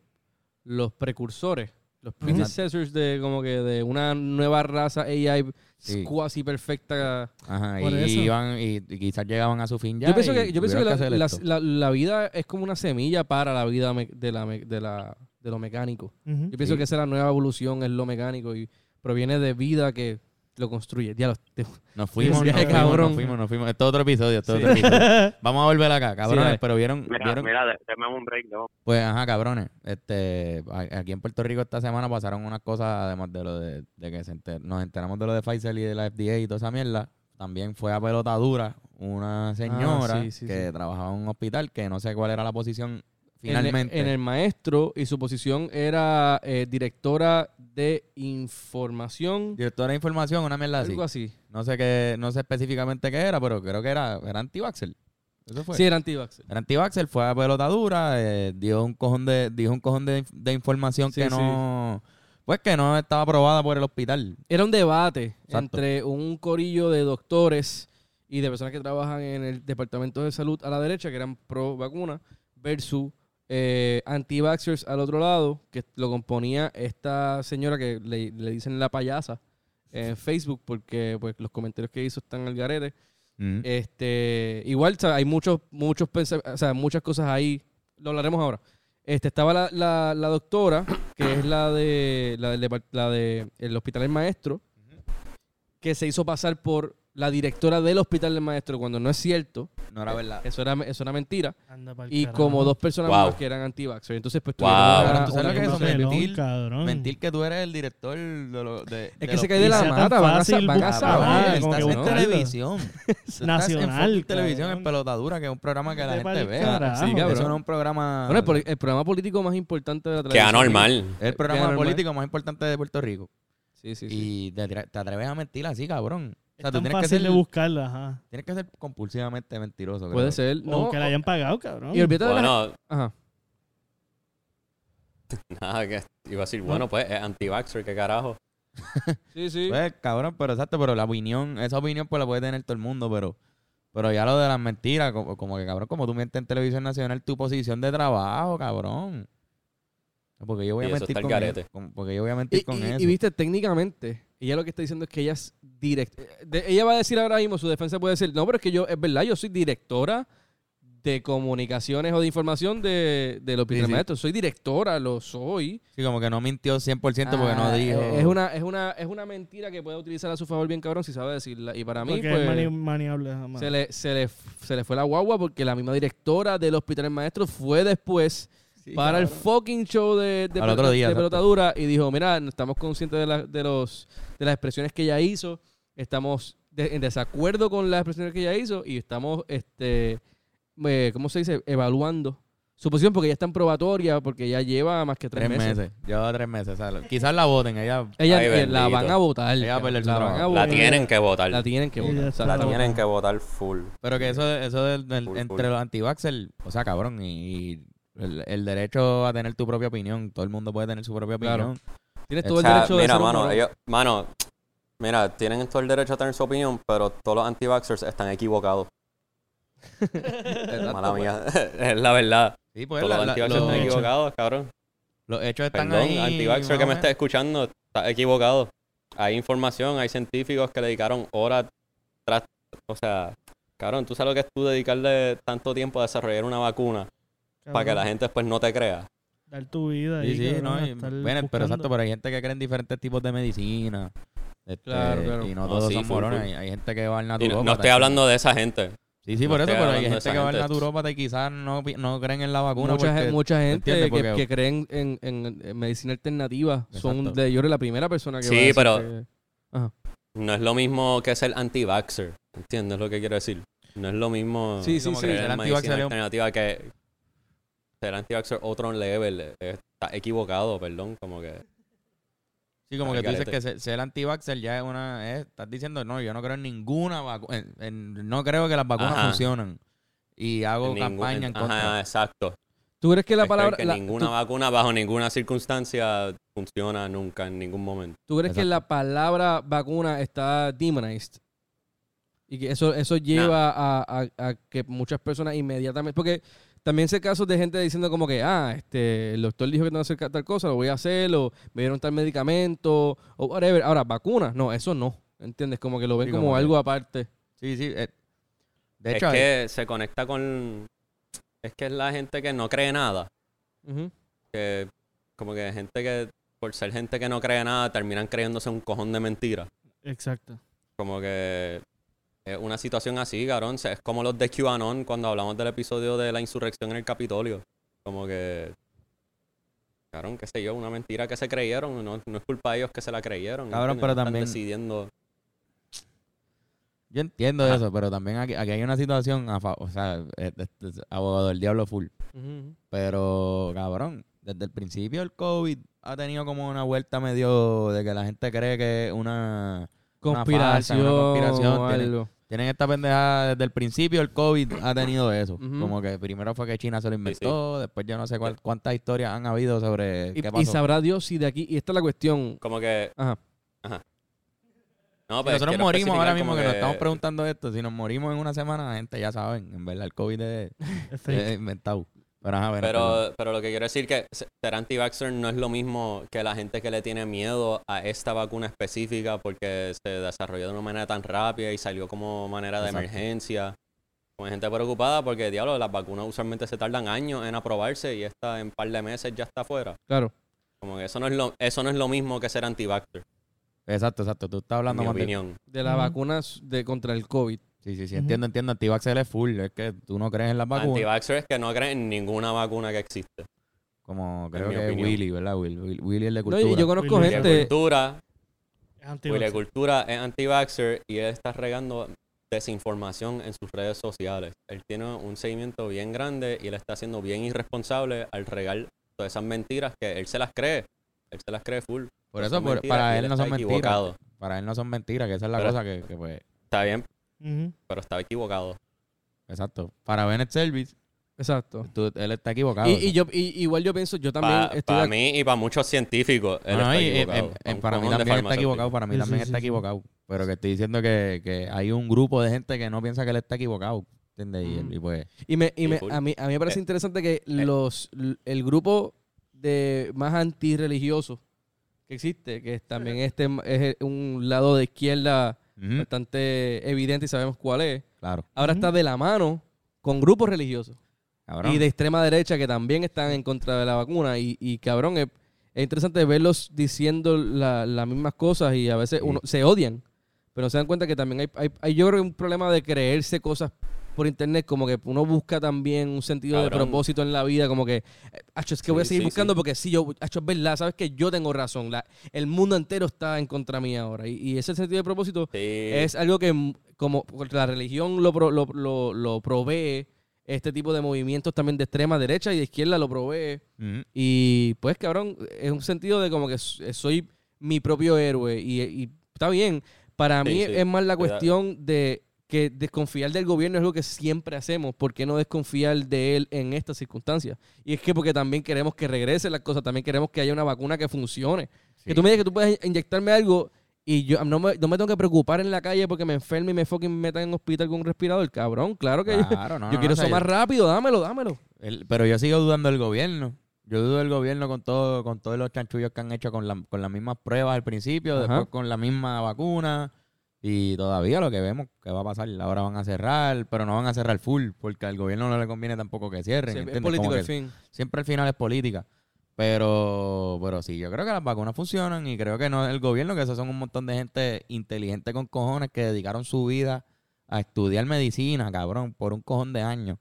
B: los precursores, los predecessors de como que de una nueva raza AI
A: Sí.
B: cuasi perfecta.
A: Ajá, y,
D: Por eso.
A: iban, y, y quizás llegaban a su fin ya.
B: yo pienso
A: y
B: que, yo pienso que,
A: tuvieron
B: la,
A: hacer
B: la-
A: esto.
B: la- la vida es como una semilla para la vida me- de, la, me- de, la, de lo mecánico.
D: Ujú.
B: Yo pienso
A: Sí.
B: que esa es la nueva evolución, es lo mecánico y proviene de vida que lo construye. Ya
A: Nos fuimos,
D: Sí, sí,
A: nos, fuimos
B: cabrón.
A: nos fuimos, nos fuimos. Esto es otro episodio, esto es
D: Sí.
A: otro episodio. Vamos a volver acá, cabrones,
B: dale.
A: pero vieron,
E: Mira,
A: vieron-
E: mira, déme un break, ¿no?
A: pues ajá, cabrones, este, a- aquí en Puerto Rico esta semana pasaron unas cosas, además de lo de, de que se enter- nos enteramos de lo de Pfizer y de la FDA y toda esa mierda, también fue a pelota dura una señora
B: Ah, sí, sí,
A: que trabajaba en un hospital que no sé cuál era la posición finalmente.
B: En el, maestro y su posición era eh, directora de información,
A: Directora de información, una mierda así.
B: algo así.
A: No sé qué, no sé específicamente qué era, pero creo que era, era anti-vaxxer. Eso fue.
B: Sí, era antivax.
A: Era anti-vaxxer, fue a pelotadura, eh, dio un cojón de, dijo un cojón de, inf- de información
B: Sí,
A: que
B: sí.
A: no, pues que no estaba aprobada por el hospital.
B: Era un debate
A: Exacto.
B: entre un corillo de doctores y de personas que trabajan en el Departamento de Salud a la derecha, que eran pro vacuna, versus eh, anti-vaxxers al otro lado, que lo componía esta señora que le, le dicen la payasa en Facebook, porque pues los comentarios que hizo están al garete.
A: Mm.
B: Este, igual, ¿sabes? hay muchos, muchos pensa- o sea, muchas cosas ahí. Lo hablaremos ahora. Este, estaba la, la- la doctora, que es la de la del depart- la de el hospital del maestro, que se hizo pasar por la directora del hospital del maestro cuando no es cierto.
A: No era verdad.
B: Eso era, eso era mentira.
D: Anda pa'l
B: Y
D: carajo.
B: como dos personas
C: Wow.
B: más que eran anti-vaxxers. Entonces, pues
C: Wow.
B: tuvieron una-
A: Cabrón, tú
B: una-
A: sabes lo que
D: Un
A: eso, mentir-
D: cabrón.
A: Mentir que tú eres el director de lo- de-
B: Mm. Es
A: de
B: que
A: los
B: se cae de la
D: sea tan
B: mata. Van a, sa-
D: fácil
B: van a
D: buscar,
B: saber.
D: ah,
A: Cabrón,
D: como
A: estás
D: que
A: en
D: buscarlo.
A: televisión. Tú estás en
D: Nacional,
A: fucking televisión
D: cabrón.
A: en pelotadura, que es un programa que la
D: Vete
A: gente
D: pa'l
A: ve.
D: carajo.
B: Sí, cabrón.
A: Eso no es un programa.
B: Bueno, pues, el, pro- el programa político más importante de la
C: Que
B: televisión.
C: anormal.
A: es el programa
B: Queda normal.
A: político más importante de Puerto Rico.
B: Sí, sí, sí.
A: Y te, atre- te atreves a mentir así, cabrón. O
D: Es
A: sea, tú
D: tan
A: tienes que,
D: fácil
A: ser,
D: de buscarla, ajá.
A: tienes que ser compulsivamente mentiroso. creo.
B: Puede ser.
D: O
B: No,
D: que la hayan pagado, cabrón.
B: y olvídate de la...
C: Bueno,
B: Ajá.
C: nada, que iba a decir, bueno, pues es anti-vaxxer, qué carajo.
B: Sí, sí.
A: Pues, cabrón, pero exacto, pero la opinión, esa opinión pues la puede tener todo el mundo, pero pero ya lo de las mentiras, como, como que cabrón, como tú mientes en televisión nacional, tu posición de trabajo, cabrón. Porque yo voy a
C: Sí, eso
A: mentir
C: está el
A: con,
C: garete.
A: eso, con- porque yo voy a
B: Y,
A: mentir con
B: y- y
A: eso.
B: viste, técnicamente, ella lo que está diciendo es que ella es directora. Ella va a decir ahora mismo, su defensa puede decir, no, pero es que yo, es verdad, yo soy directora de comunicaciones o de información de, del hospital
A: Sí, sí.
B: maestro. Soy directora, lo soy.
A: Sí, como que no mintió 100% porque no
B: Ah,
A: dijo.
B: Es una, es, una, es una mentira que puede utilizar a su favor bien cabrón si sabe decirla. Y para mí,
D: Porque
B: pues,
D: es mani- maniable, ajá,
B: se, le, se, le, se le fue la guagua porque la misma directora del hospital maestro fue después para el fucking show de, de,
A: Al otro
B: pelota-
A: día,
B: de
A: exacto.
B: pelotadura y dijo, mira, no estamos conscientes de, la- de los, de las expresiones que ella hizo, estamos de- en desacuerdo con las expresiones que ella hizo y estamos, este, eh, ¿cómo se dice? Evaluando su posición porque ella está en probatoria, porque ya lleva más que tres,
A: tres meses. Llevaba tres meses. o sea, lo- quizás la voten, ella.
B: Ella
C: Ay,
B: eh, la
C: bendito.
B: van a votar.
A: Ella va a perder su
B: la van
A: trabajo.
B: a
C: La
B: votar.
C: tienen que
B: La
C: votar.
B: tienen que
D: Ella
B: votar.
D: está-
C: La
B: exacto.
C: tienen que votar full.
A: Pero que eso, eso del- del-
C: Full,
A: entre
C: full.
A: los anti o sea, cabrón, y, y el, el derecho a tener tu propia opinión, todo el mundo puede tener su propia
B: Claro.
A: opinión.
B: Tienes todo
C: O
B: el
C: sea,
B: derecho de
C: mira,
B: ser un
C: mano,
B: cabrón.
C: ellos- mano, mira, tienen todo el derecho a tener su opinión, pero todos los anti-vaxxers están equivocados.
A: Exacto,
C: Mala
A: pues.
C: mía. es la verdad.
A: Sí, pues
C: Todos
A: la-
C: los
A: la-
C: anti-vaxxers
A: los-
C: están equivocados, cabrón.
A: los hechos están ahí.
C: Perdón, anti-vaxxer que me
A: más o
C: estás escuchando, estás equivocado. Hay información, hay científicos que le dedicaron horas tras. O sea, cabrón, tú sabes lo que es tú dedicarle tanto tiempo a desarrollar una vacuna para que la gente después no te crea.
D: Dar tu vida
A: menos.
D: ahí,
A: Sí, sí,
D: cabrón,
A: no, y-
D: estar
A: bueno, pero exacto,
D: buscando.
A: pero hay gente que cree en diferentes tipos de medicina. este,
B: Claro, claro.
A: Y no
C: No,
A: todos
C: sí,
A: son
C: full,
A: morones.
C: full.
A: Hay, hay gente que va al
C: Y no,
A: naturópata.
C: no estoy hablando de esa gente.
A: Sí, sí,
C: no
A: por eso, pero
C: estoy
A: hay
C: hablando de
A: gente
C: esa
A: que va al
C: gente.
A: naturópata y quizás no, pi- no creen en la vacuna.
B: mucha,
A: porque-
B: gen- mucha gente
A: ¿entiendes?
B: que,
A: Porque-
B: que creen en, en- en medicina alternativa son
A: Exacto.
B: de yo era la primera persona que
C: Sí,
B: va a decir
C: pero-
B: que-
C: No es lo mismo que ser anti-vaxxer. ¿Entiendes lo que quiero decir? No es lo mismo
B: Sí, sí,
A: como
B: sí.
A: que
C: creer
A: el
C: en
A: anti-vaxxer
C: medicina
A: es un-
C: alternativa que ser anti-vaxxer otro level. eh, Está equivocado, perdón. Como que.
A: Sí, como que
C: Al
A: tú dices
C: garete.
A: que ser, ser anti-vaxxer ya es una... es- estás diciendo, no, yo no creo en ninguna vacuna. No creo que las vacunas
C: Ajá.
A: funcionan. Y hago
C: ningún-
A: campaña en
C: ajá,
A: contra.
C: exacto.
B: ¿Tú crees que la
C: Es
B: palabra...
C: que
B: la-
C: ninguna
B: tú-
C: vacuna bajo ninguna circunstancia funciona nunca en ningún momento.
B: ¿Tú crees que
A: Exacto.
B: la palabra vacuna está demonized? Y que eso, eso lleva a, a- a que muchas personas inmediatamente... Porque también sé casos de gente diciendo como que, ah, este, el doctor dijo que tengo que hacer ca- tal cosa, lo voy a hacer, o me dieron tal medicamento, o whatever. Ahora, vacuna, no, eso no. ¿Entiendes? Como que lo ven
A: Sí,
B: como,
A: como que-
B: algo aparte.
A: Sí, sí. eh, de
C: es
A: hecho, hay-
C: que se conecta con. Es que es la gente que no cree nada.
B: Ujú.
C: Que, como que gente que, por ser gente que no cree nada, terminan creyéndose un cojón de mentiras.
D: Exacto.
C: Como que. Es una situación así, cabrón. se- Es como los de QAnon cuando hablamos del episodio de la insurrección en el Capitolio. Como que. Cabrón, qué sé yo, una mentira que se creyeron. No, no es culpa de ellos que se la creyeron.
A: Cabrón,
C: ¿entiendes?
A: pero
C: Están
A: también-
C: decidiendo.
A: Yo entiendo
C: Ajá.
A: eso, pero también aquí, aquí hay una situación, a fa- o sea, eh, eh, eh, abogado del diablo full.
B: Ujú.
A: Pero, cabrón, desde el principio el COVID ha tenido como una vuelta medio de que la gente cree que es una... Una falsa,
B: Conspiración.
A: una conspiración,
B: o
A: tiene-
B: algo.
A: Tienen esta pendejada desde el principio, el COVID ha tenido eso.
B: Ujú.
A: Como que primero fue que China se lo
C: sí. Eh.
A: inventó, después yo no sé cuál- cuántas historias han habido sobre
B: Y,
A: qué
B: y
A: pasó.
B: sabrá Dios si de aquí, y esta es la cuestión.
C: Como que.
B: Ajá.
C: Ajá. No,
A: Si
C: pero
A: nosotros
C: quiero
A: morimos ahora
C: especificar
A: mismo
C: como
A: que, nos estamos preguntando esto. Si nos morimos en una semana, la gente ya saben. En verdad, el COVID es,
D: Es fake.
A: es inventado. Pero, ajá, bueno, perdón.
C: Pero, pero lo que quiero decir que se- ser anti-vaxxer no es lo mismo que la gente que le tiene miedo a esta vacuna específica porque se desarrolló de una manera tan rápida y salió como manera de
A: Exacto.
C: emergencia. Como gente preocupada porque, diablo, las vacunas usualmente se tardan años en aprobarse y esta en par de meses ya está afuera.
B: Claro.
C: Como que eso no es lo, eso no es lo mismo que ser anti-vaxxer.
A: Exacto, exacto. Tú estás hablando
C: mi
A: más de-
C: opinión.
B: de la
D: Ujú.
B: vacuna de contra el COVID.
A: Sí, sí, sí.
D: Ujú.
A: Entiendo, entiendo. Antivaxxer es full. Es que tú no crees en las vacunas.
C: Antivaxxer es que no creen en ninguna vacuna que existe.
A: Como creo
C: mi
A: que
C: opinión.
A: Willy, ¿verdad? Will- Will- Willy es de
B: No,
A: cultura.
B: y yo conozco
D: Willy
C: La
A: Este,
B: gente.
C: cultura,
D: Es antiguo.
C: Pues la cultura es anti-vaxxer y él está regando desinformación en sus redes sociales. Él tiene un seguimiento bien grande y él está siendo bien irresponsable al regar todas esas mentiras que él se las cree. Él se las cree full.
A: Por
C: No
A: eso,
C: son
A: por-
C: mentiras y
A: para él no
C: está
A: son mentiras.
C: equivocado.
A: Para él no son mentiras, que esa es la
C: Pero-
A: cosa que, que, pues...
C: Está bien,
D: Ujú.
C: pero está equivocado.
A: Exacto. Para Bennett Service,
B: Exacto.
A: tú- él está equivocado.
B: Y, y yo, y- igual yo pienso, yo también
C: Pa- Para
B: estoy de ac-
C: mí y para muchos científicos, él
A: No, no,
C: está
A: y- eh,
C: equivocado.
A: eh,
C: Pa' un
A: para mí
C: cojón de
A: también está equivocado,
C: farmacéuticos.
A: para mí
D: Sí,
A: también
D: sí,
A: está
D: sí, sí.
A: equivocado. Pero que estoy diciendo que, que hay un grupo de gente que no piensa que él está equivocado. ¿Entiendes? Y, él-
B: Mm.
A: y pues,
B: Y, me, y
C: Sí,
B: me-
C: full.
B: a, mí, a mí me parece interesante que los l- el grupo de más antirreligioso que existe, que es también este m- es el- un lado de izquierda
A: ujú,
B: bastante evidente y sabemos cuál es,
A: claro.
B: ahora está de la mano con grupos religiosos
A: Cabrón.
B: y de extrema derecha que también están en contra de la vacuna. Y, y cabrón, es, es interesante verlos diciendo la- las mismas cosas y a veces
A: Sí.
B: uno se odian, pero no se dan cuenta que también hay, hay, hay, yo creo que un problema de creerse cosas por internet, como que uno busca también un sentido de
C: Cabrón.
B: propósito en la vida, como que, eh, acho, es que voy a
C: Sí,
B: seguir
C: sí,
B: buscando
C: sí.
B: porque sí, yo, acho, es verdad, sabes que yo tengo razón, la, el mundo entero está en contra mía ahora. Y, y ese sentido de propósito
C: Sí.
B: es algo que mm, como la religión lo, pro- lo, lo- lo provee, este tipo de movimientos también de extrema derecha y de izquierda lo provee.
A: Ujú.
B: Y pues, cabrón, es un sentido de como que s- eh, soy mi propio héroe y, eh, y está bien. Para
C: Sí,
B: mí
C: sí,
B: es más la
C: te da-
B: cuestión de que desconfiar del gobierno es lo que siempre hacemos. ¿Por qué no desconfiar de él en estas circunstancias? Y es que porque también queremos que regrese las cosas, también queremos que haya una vacuna que funcione. Que
A: Sí.
B: tú me digas que tú puedes inyectarme algo y yo ah, no me, no me tengo que preocupar en la calle porque me enferme y me fucking metan en hospital con un respirador. Cabrón, claro que yo-
A: Claro, no,
B: yo,
A: no, no,
B: quiero
A: Ah, o sea,
B: eso más rápido, dámelo, dámelo.
A: el- pero yo sigo dudando del gobierno. Yo dudo del gobierno con todo, con todos los chanchullos que han hecho con, la- con las mismas pruebas al principio,
B: Ajá.
A: después con la misma vacuna. Y todavía lo que vemos que va a pasar, ahora van a cerrar, pero no van a cerrar full, porque al gobierno no le conviene tampoco que cierren.
B: Sí, es
A: ¿entiendes?
B: político
A: Como
B: al
A: que-
B: fin.
A: siempre al final es política. Pero, pero sí, yo creo que las vacunas funcionan y creo que no el gobierno, que esos son un montón de gente inteligente con cojones que dedicaron su vida a estudiar medicina, cabrón, por un cojón de años.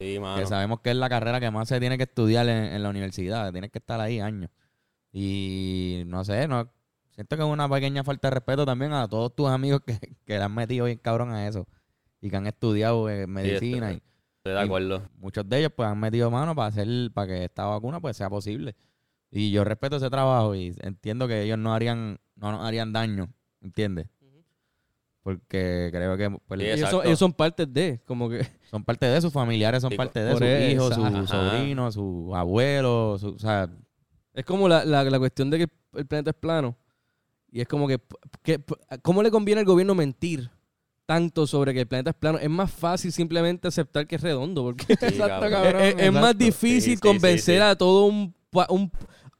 C: Sí, mano.
A: Que sabemos que es la carrera que más se tiene que estudiar en, en la universidad, tienes que estar ahí años. Y no sé, no siento que es una pequeña falta de respeto también a todos tus amigos que, que le han metido bien cabrón a eso y que han estudiado eh, medicina y
C: Estoy de acuerdo.
A: muchos de ellos pues han metido mano para hacer para que esta vacuna pues sea posible y yo respeto ese trabajo y entiendo que ellos no harían no nos harían daño ¿entiendes?
B: Ujú.
A: porque creo que pues,
C: Sí,
B: Ellos son-
C: exacto.
B: ellos son partes de, como que...
A: son parte de sus familiares son
C: Sí,
A: parte de
B: por
A: sus
B: eso,
A: hijos
B: ajá.
A: sus sobrinos sus abuelos su- o sea
B: Es como la, la- la cuestión de que el planeta es plano. Y es como que, que- ¿Cómo le conviene al gobierno mentir tanto sobre que el planeta es plano? Es más fácil simplemente aceptar que es redondo. Porque
C: Sí, cabrón.
B: es, es- es más
A: exacto.
B: difícil
C: Sí, sí,
B: convencer
C: sí, sí.
B: a todo un, pa- un,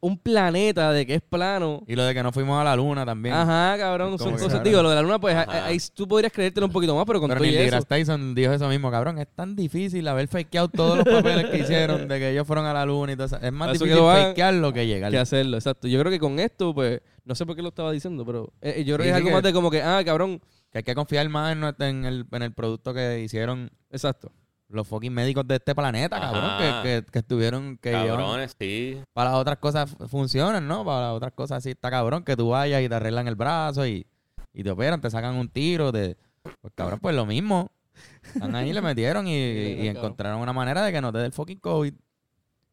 B: un planeta de que es plano.
A: y lo de que no fuimos a la luna también
B: Ajá, cabrón,
A: Es
B: son
A: como que,
B: cosas.
A: cabrón.
B: Digo, lo de la luna, pues
C: Ajá.
B: a- ahí tú podrías creértelo un poquito más, pero con
A: pero
B: todo y
A: Neil
B: eso.
A: deGrasse Tyson dijo eso mismo cabrón es tan difícil haber fakeado todos los papeles que hicieron de que ellos fueron a la luna y todo eso es más
B: Eso que
A: difícil
B: lo hagan,
A: fakearlo que llegar
B: que hacerlo, exacto. Yo creo que con esto, pues, no sé por qué lo estaba diciendo, pero eh, eh, yo creo
A: Sí,
B: que es
A: sí
B: algo
A: que-
B: más de como que, ah, cabrón,
A: Que hay que confiar más en, nuestra- en el, en el producto que hicieron
B: exacto.
A: los fucking médicos de este planeta, cabrón.
B: Ah.
C: Ajá.
A: Que, que, que estuvieron, que llevan-
C: Cabrones, sí.
A: para las otras cosas fu- funcionan, ¿no? Para las otras cosas sí está cabrón, que tú vayas y te arreglan el brazo y, y te operan, te sacan un tiro, te, pues cabrón, pues lo mismo. Están ahí, le metieron y, y
B: cabrón.
A: encontraron una manera de que no te dé el fucking COVID.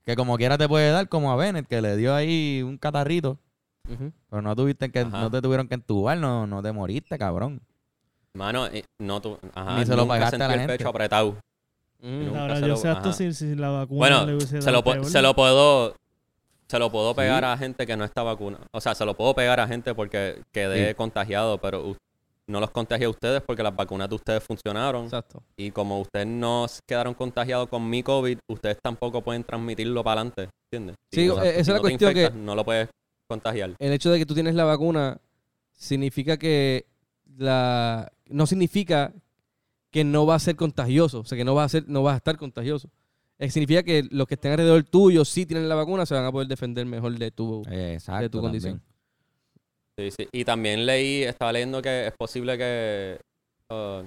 A: Que como quiera te puede dar, como a Bennett, que le dio ahí un catarrito.
B: Ujú.
A: Pero no tuviste que,
C: Ajá.
A: no te tuvieron que entubar, no, no te moriste, cabrón.
C: Mano, eh, no tú. Ajá,
A: Ni se lo
C: nunca
A: pagaste a
C: sentí
A: la
C: el
A: gente.
C: pecho apretado.
B: Mm.
C: Nunca
D: Ahora,
C: se
D: yo
C: lo-
D: sé hasta
C: ajá.
D: si, si la vacuna
C: Bueno,
D: le hubiese
C: Se lo,
D: dado
C: pu-
D: peor.
C: se lo puedo. Se lo puedo pegar
A: Sí.
C: a gente que no está vacunada. O sea, se lo puedo pegar a gente porque quedé
A: Sí.
C: contagiado, pero u- no los contagié a ustedes porque las vacunas de ustedes funcionaron.
B: Exacto.
C: Y como ustedes no se quedaron contagiados con mi COVID, ustedes tampoco pueden transmitirlo para adelante. ¿Entiendes?
B: Sí,
C: o sea,
B: eh, esa es la
C: no te
B: cuestión que-
C: infectas, No lo puedes contagiar.
B: El hecho de que tú tienes la vacuna significa que la no significa que no va a ser contagioso, o sea que no va a ser, no vas a estar contagioso. Eh, significa que los que estén alrededor tuyo sí tienen la vacuna, se van a poder defender mejor de tu
A: Exacto.
B: condición.
A: también.
C: Sí, sí. Y también leí, estaba leyendo que es posible que. ah,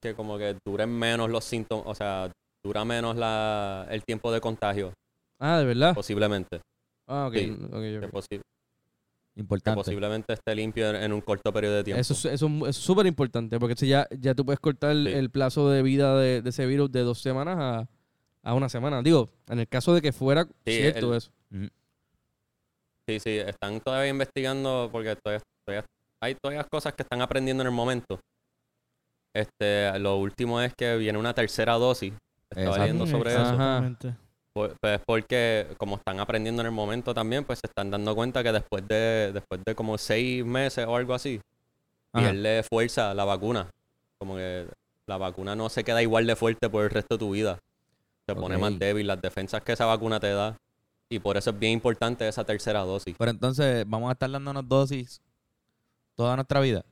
C: que como que duren menos los síntomas. O sea, dura menos la, el tiempo de contagio,
B: Ah, de verdad.
C: posiblemente.
B: Ah, ok.
C: sí.
B: ok,
C: Que,
B: ok.
C: posi- que
A: Importante.
C: posiblemente esté limpio en, en un corto periodo de tiempo.
B: Eso es eso es mu- es súper importante porque si ya, ya tú puedes cortar
C: Sí.
B: el plazo de vida de, de ese virus de dos semanas a, a una semana. Digo, en el caso de que fuera cierto
C: el-
B: eso.
C: Sí, sí, están todavía investigando porque todavía, todavía- hay todavía cosas que están aprendiendo en el momento. Este, lo último es que viene una tercera dosis. Estaba
A: Exacto.
C: leyendo sobre
B: Exacto.
C: eso.
D: Exactamente.
C: Por- pues porque como están aprendiendo en el momento también, pues se están dando cuenta que después de después de como seis meses o algo así,
A: Ajá.
C: pierde fuerza la vacuna. Como que la vacuna no se queda igual de fuerte por el resto de tu vida. Se pone más
A: Ok.
C: débil las defensas que esa vacuna te da. Y por eso es bien importante esa tercera dosis.
A: Pero entonces, vamos a estar dándonos dosis toda nuestra vida.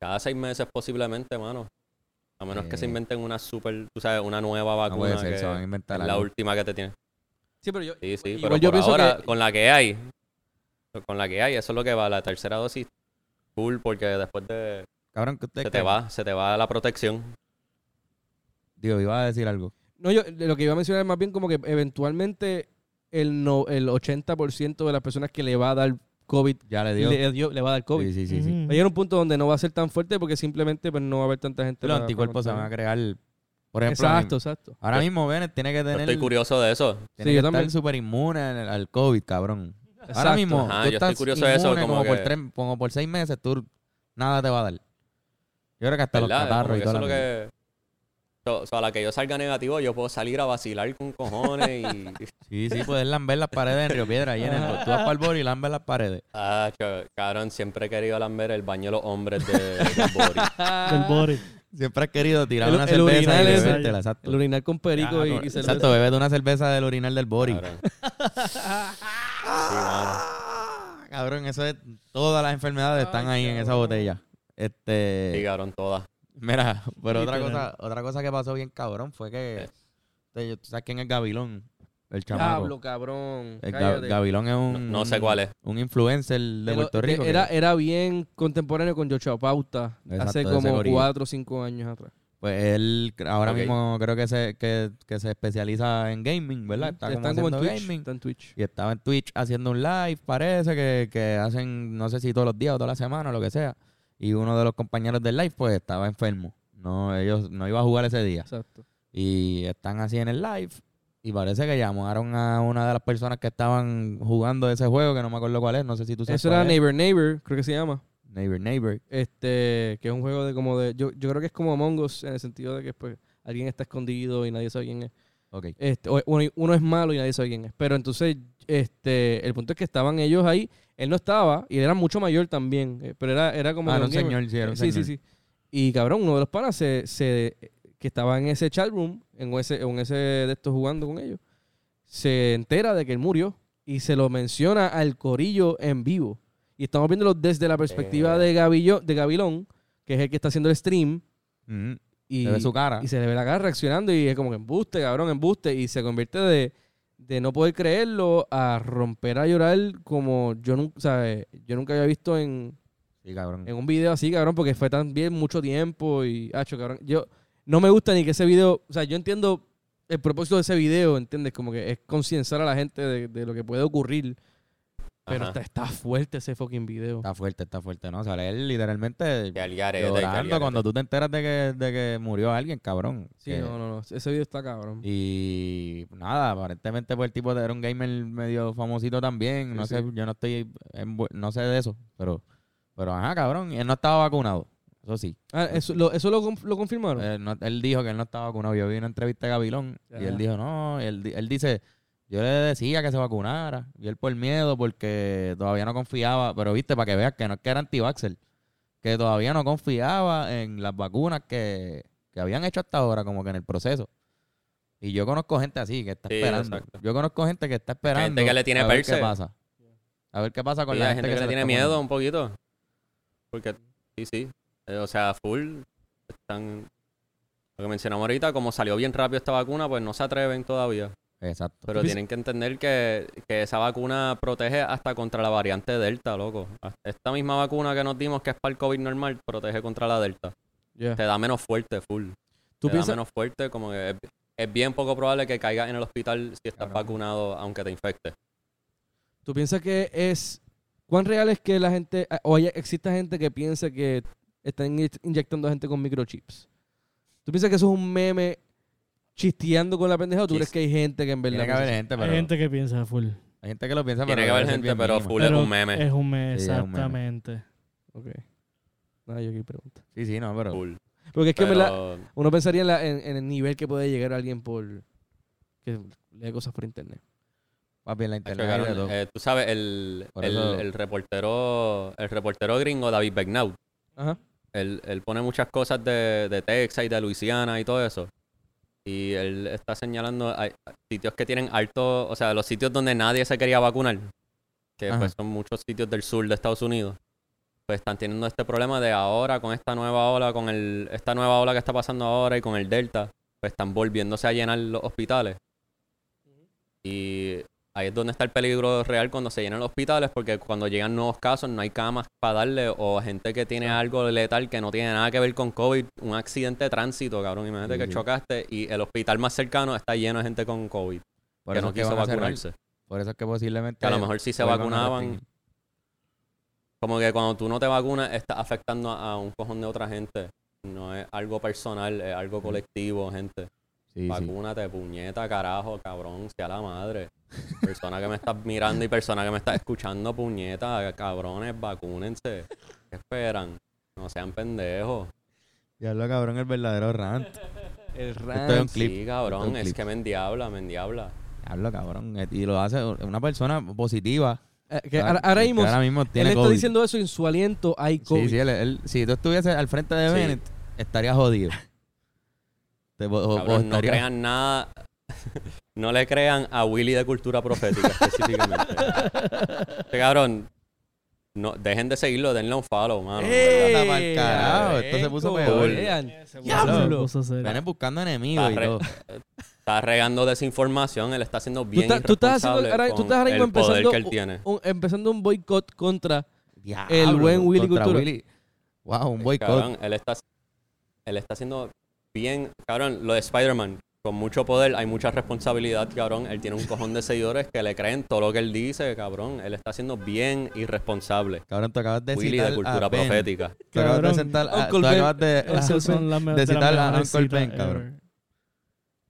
C: Cada seis meses posiblemente, mano. A menos que se
A: Eh.
C: inventen una super, tú sabes, una nueva
A: No puede
C: vacuna
A: ser,
C: que
A: se van a
C: es
A: inventar
C: la
A: algo.
C: última que te tiene.
B: Sí, pero yo,
C: Sí, sí,
B: igual
C: pero
B: yo
C: por
B: pienso
C: ahora,
B: que-
C: con la que hay, con la que hay, eso es lo que va, la tercera dosis, cool, porque después de,
A: Cabrón, que usted
C: se te va, se te va la protección.
A: Digo, iba a decir algo.
B: No, yo de lo que iba a mencionar es más bien como que eventualmente el, no, el 80% de las personas que le va a dar COVID
A: Ya le dio.
B: le, dio- le va a dar COVID.
A: Sí, sí, sí. sí.
D: Ujú.
B: Va a llegar un punto donde no va a ser tan fuerte porque simplemente pues, no va a haber tanta gente.
A: Los
B: para-
A: anticuerpos se
B: para
A: van a
B: contar.
A: crear. Por ejemplo,
B: Exacto, exacto.
A: ahora
C: Yo-
A: mismo Bennett tiene que
C: Yo
A: tener.
C: estoy curioso de eso.
A: tiene
B: Sí,
A: que
B: yo
A: estar
B: también.
A: súper inmune al, al COVID, cabrón.
B: Exacto.
A: Ahora mismo,
C: Ajá,
A: tú
C: yo estoy
A: estás
C: curioso de eso,
A: inmune
C: como
A: como, por
C: que-
A: tres, como por seis meses, tú nada te va a dar. Yo creo que hasta
C: ¿verdad?
A: los
C: Como
A: catarros y
C: que eso
A: todo.
C: es lo que... so- so, a la que yo salga negativo, yo puedo salir a vacilar con cojones y...
A: Sí, sí, puedes lamber las paredes en Río Piedra. Ahí en el, tú vas para el borde y lambes las paredes.
C: Ah, cho- cabrón, siempre he querido lamber el baño de los hombres de, del body.
D: Del body.
A: Siempre has querido tirar
B: El-
A: una
B: el
A: cerveza
B: urinal
A: y
B: es-
A: bebértela, exacto.
B: El orinar con perico
A: Ah,
B: y,
A: no,
B: y cerveza.
A: exacto, bebete una cerveza del orinal del body.
C: cabrón. Sí, mano.
A: Ah, Cabrón, eso es. Todas las enfermedades están ahí en esa botella. Este.
C: Sí, cabrón, todas.
A: Mira, pero otra
D: Literal.
A: cosa, otra cosa que pasó bien cabrón fue que este, yo- tú sabes quién es Gabilón, el chamaco. Eh,
B: Diablo, cabrón.
A: El Ga-
B: cállate.
A: Gabilón es un
C: no sé cuál es.
A: un influencer de
B: Pero
A: Puerto
B: que
A: Rico. que-
B: Era, era bien contemporáneo con Joshua Pauta
A: Exacto,
B: hace
A: ese
B: como
A: corillo.
B: cuatro o cinco años atrás.
A: pues él cre- ahora
C: Ok.
A: mismo creo que se que, que se especializa en gaming, ¿verdad? Está como
B: Están como en
A: haciendo
B: Twitch.
A: gaming.
B: Está en Twitch.
A: Y estaba en Twitch haciendo un live, parece que, que hacen, no sé si todos los días o toda la semana o lo que sea. Y uno de los compañeros del live, pues estaba enfermo. No, ellos no iba a jugar ese día.
B: Exacto.
A: Y están así en el live. Y parece que llamaron a una de las personas que estaban jugando ese juego, que no me acuerdo cuál es, no sé si tú sabes.
B: Eso era
A: cuál es.
B: Neighbor Neighbor, creo que se llama.
A: Neighbor. Neighbor.
B: Este, que es un juego de como de. Yo, yo creo que es como Among Us en el sentido de que pues, alguien está escondido y nadie sabe quién es.
A: Ok.
B: Este, o- uno, uno es malo y nadie sabe quién es. Pero entonces, este, el punto es que estaban ellos ahí. Él no estaba y él era mucho mayor también. eh, Pero era, era como.
A: Ah,
B: que
A: era
B: un
A: un
B: gamer.
A: señor, sí, era un
B: Sí, sí,
A: señor.
B: sí. Y cabrón, uno de los panas se, se- que estaba en ese chat room, en ese, en ese de estos jugando con ellos, se entera de que él murió y se lo menciona al corillo en vivo. Y estamos viéndolo desde la perspectiva
A: Eh.
B: de, Gabillo, de Gabilón, que es el que está haciendo el stream.
A: Ujú.
B: Y,
A: Se ve su cara.
B: y se le ve la cara reaccionando y es como que embuste, cabrón, embuste. Y se convierte de, de no poder creerlo a romper a llorar como yo nunca, ¿sabes? eh, yo nunca había visto en,
A: Sí, cabrón.
B: en un video así, cabrón, porque fue tan bien mucho tiempo y, hacho, cabrón, yo no me gusta ni que ese video, o sea, yo entiendo el propósito de ese video, ¿entiendes? Como que es concienciar a la gente de, de lo que puede ocurrir, pero
C: Ajá.
B: está, está fuerte ese fucking video.
A: Está fuerte, está fuerte, ¿no? O sea, él literalmente
C: Que al garete, que al
A: llorando
C: garete.
A: cuando tú te enteras de que, de que murió alguien, cabrón.
B: Sí,
A: Que-
B: no, no, no, ese video está cabrón.
A: Y nada, aparentemente pues el tipo era un gamer medio famosito también.
B: Sí,
A: no sé,
B: sí.
A: yo no estoy, envu- no sé de eso, pero, pero ajá, cabrón, él no estaba vacunado. Eso sí.
B: Ah, eso lo, eso lo, conf- lo
C: Eh,
B: confirmaron.
A: Él, no- él dijo que él no estaba vacunado. Yo vi una entrevista de Gabilón y
B: Ajá.
A: él dijo, no, él, di- él dice, yo le decía que se vacunara. Y él por miedo, porque todavía no confiaba. Pero viste, para que veas que no es que era antivaxxer, que todavía no confiaba en las vacunas que, que habían hecho hasta ahora, como que en el proceso. Y yo conozco gente así que está
C: Sí,
A: esperando.
C: exacto.
A: Yo conozco gente que está esperando.
C: Gente que le tiene
A: a ver
C: perse.
A: qué pasa. A ver qué pasa con
C: Sí,
A: la
C: hay
A: gente, que,
C: le
A: se
C: tiene
A: está
C: miedo
A: poniendo.
C: un poquito. Porque, sí, sí. Eh, O sea, full. Están. Lo que mencionamos ahorita, como salió bien rápido esta vacuna, pues no se atreven todavía.
A: Exacto.
C: Pero tienen que entender que, que esa vacuna protege hasta contra la variante Delta, loco. Ah, Esta misma vacuna que nos dimos, que es para el COVID normal, protege contra la Delta.
B: Yeah.
C: Te da menos fuerte, full.
B: ¿Tú
C: te da
B: piensas,
C: menos fuerte, como que es, es bien poco probable que caigas en el hospital si estás
A: Cabrón.
C: vacunado, aunque te infectes.
B: ¿Tú piensas que es... ¿Cuán real es que la gente... eh, O haya- exista gente que piense que están in- inyectando a gente con microchips? ¿Tú piensas que eso es un meme chisteando con la pendeja o tú crees
C: Yes.
B: que hay gente que en verdad...
A: Tiene que
B: piensa
A: haber
B: así?
A: gente,
D: Hay
A: pero.
D: gente que piensa full.
A: Hay gente que lo piensa, pero.
C: Tiene que
A: debe
C: haber
A: ser
C: gente,
A: bien
C: pero
A: mínima.
C: full es
D: Pero
C: un meme.
D: Es un meme,
A: Sí, es un meme.
D: exactamente.
B: Ok. Nada, yo aquí pregunto.
A: Sí, sí, no, pero.
C: full.
B: Porque es que en verdad,
C: Pero-
B: uno pensaría en, la- en- en el nivel que puede llegar alguien por... Que lee cosas por internet.
A: Papi, en la
C: Hacho,
A: internet. hay de
C: cabrón,
A: todo.
C: eh, tú sabes, el,
A: Por
C: el-
A: eso-
C: el reportero el reportero gringo David Begnaud,
B: Ajá.
C: él, él pone muchas cosas de, de Texas y de Luisiana y todo eso. Y él está señalando hay- hay sitios que tienen alto, o sea, los sitios donde nadie se quería vacunar, que
A: Ajá.
C: pues son muchos sitios del sur de Estados Unidos, pues están teniendo este problema de ahora con esta nueva ola, con el, esta nueva ola que está pasando ahora y con el Delta, pues están volviéndose a llenar los hospitales. Y ahí es donde está el peligro real cuando se llenan los hospitales, porque cuando llegan nuevos casos no hay camas para darle, o gente que tiene algo letal que no tiene nada que ver con COVID, un accidente de tránsito, cabrón, imagínate
A: Sí,
C: que
A: sí.
C: chocaste y el hospital más cercano está lleno de gente con COVID,
A: Por
C: que
A: eso
C: no
A: es que
C: quiso
A: van a cerrar.
C: vacunarse.
A: Por eso es que posiblemente.
C: Que a lo mejor si se
A: vuelvan a
C: vacunaban,
A: restringir.
C: como que cuando tú no te vacunas estás afectando a a un cojón de otra gente. No es algo personal, es algo colectivo, gente.
A: Sí, sí.
C: Vacúnate, puñeta, carajo, cabrón, sea la madre. Persona que me estás mirando y persona que me estás escuchando, puñeta, cabrones, vacúnense. ¿Qué esperan? No sean pendejos.
A: Diablo, cabrón, el verdadero rant.
B: El
A: Esto es un
B: rant.
A: clip.
C: Sí,
A: Esto es
C: cabrón,
A: un
C: es
A: clip.
C: que me endiabla, me endiabla.
A: Diablo, cabrón. eh, Y lo hace una persona positiva.
B: Eh, que ahora, ahora
A: que
B: mismo,
A: Ahora mismo
B: él
A: tiene
B: está
A: COVID.
B: diciendo eso y en su aliento hay COVID.
A: Sí, sí, él- él- si tú estuvieses al frente de
C: Sí.
A: Bennett, estarías jodido. Te, o- o- o
C: Cabrón, no
A: estarías-
C: crean nada. no le crean a Willy de Cultura Profética específicamente. Este cabrón, no, dejen de seguirlo, denle un follow, mano. en verdad.
B: Eh.
A: Anda pa'l carajo, esto se puso
B: Cool.
A: peor.
B: Vean.
D: Se
B: ¡Diablo!
D: puso serio.
A: Bennett buscando enemigos y
C: Arre-
A: todo.
C: Está regando desinformación, él está haciendo bien
B: estás- tú estás haciendo-
C: irresponsable
B: ahora- tú
C: con
B: estás ahora mismo
C: el poder
B: empezando
C: que él
B: u-
C: tiene.
B: Un- empezando un boicot contra...
A: Diablo,
B: el buen Willy
A: contra
B: Cultura.
A: Willy. Wow, un
C: Cabrón,
A: boicot.
C: él está, él está haciendo bien, cabrón, lo de Spider-Man. Con mucho poder hay mucha responsabilidad, cabrón. Él tiene un cojón de seguidores que le creen todo lo que él dice, cabrón. Él está siendo bien irresponsable.
A: Cabrón, tú acabas de
C: Willy
A: citar
C: de
A: a
C: cultura
A: Ben.
C: profética.
A: Tú acabas de
D: Cabrón,
A: sentar a-
B: Uncle
A: tú
B: Ben.
A: acabas de-
D: Esas son las me-
A: de
D: de
A: citar a
D: las mejores
A: Uncle Ben,
D: citas
A: cabrón.
D: ever.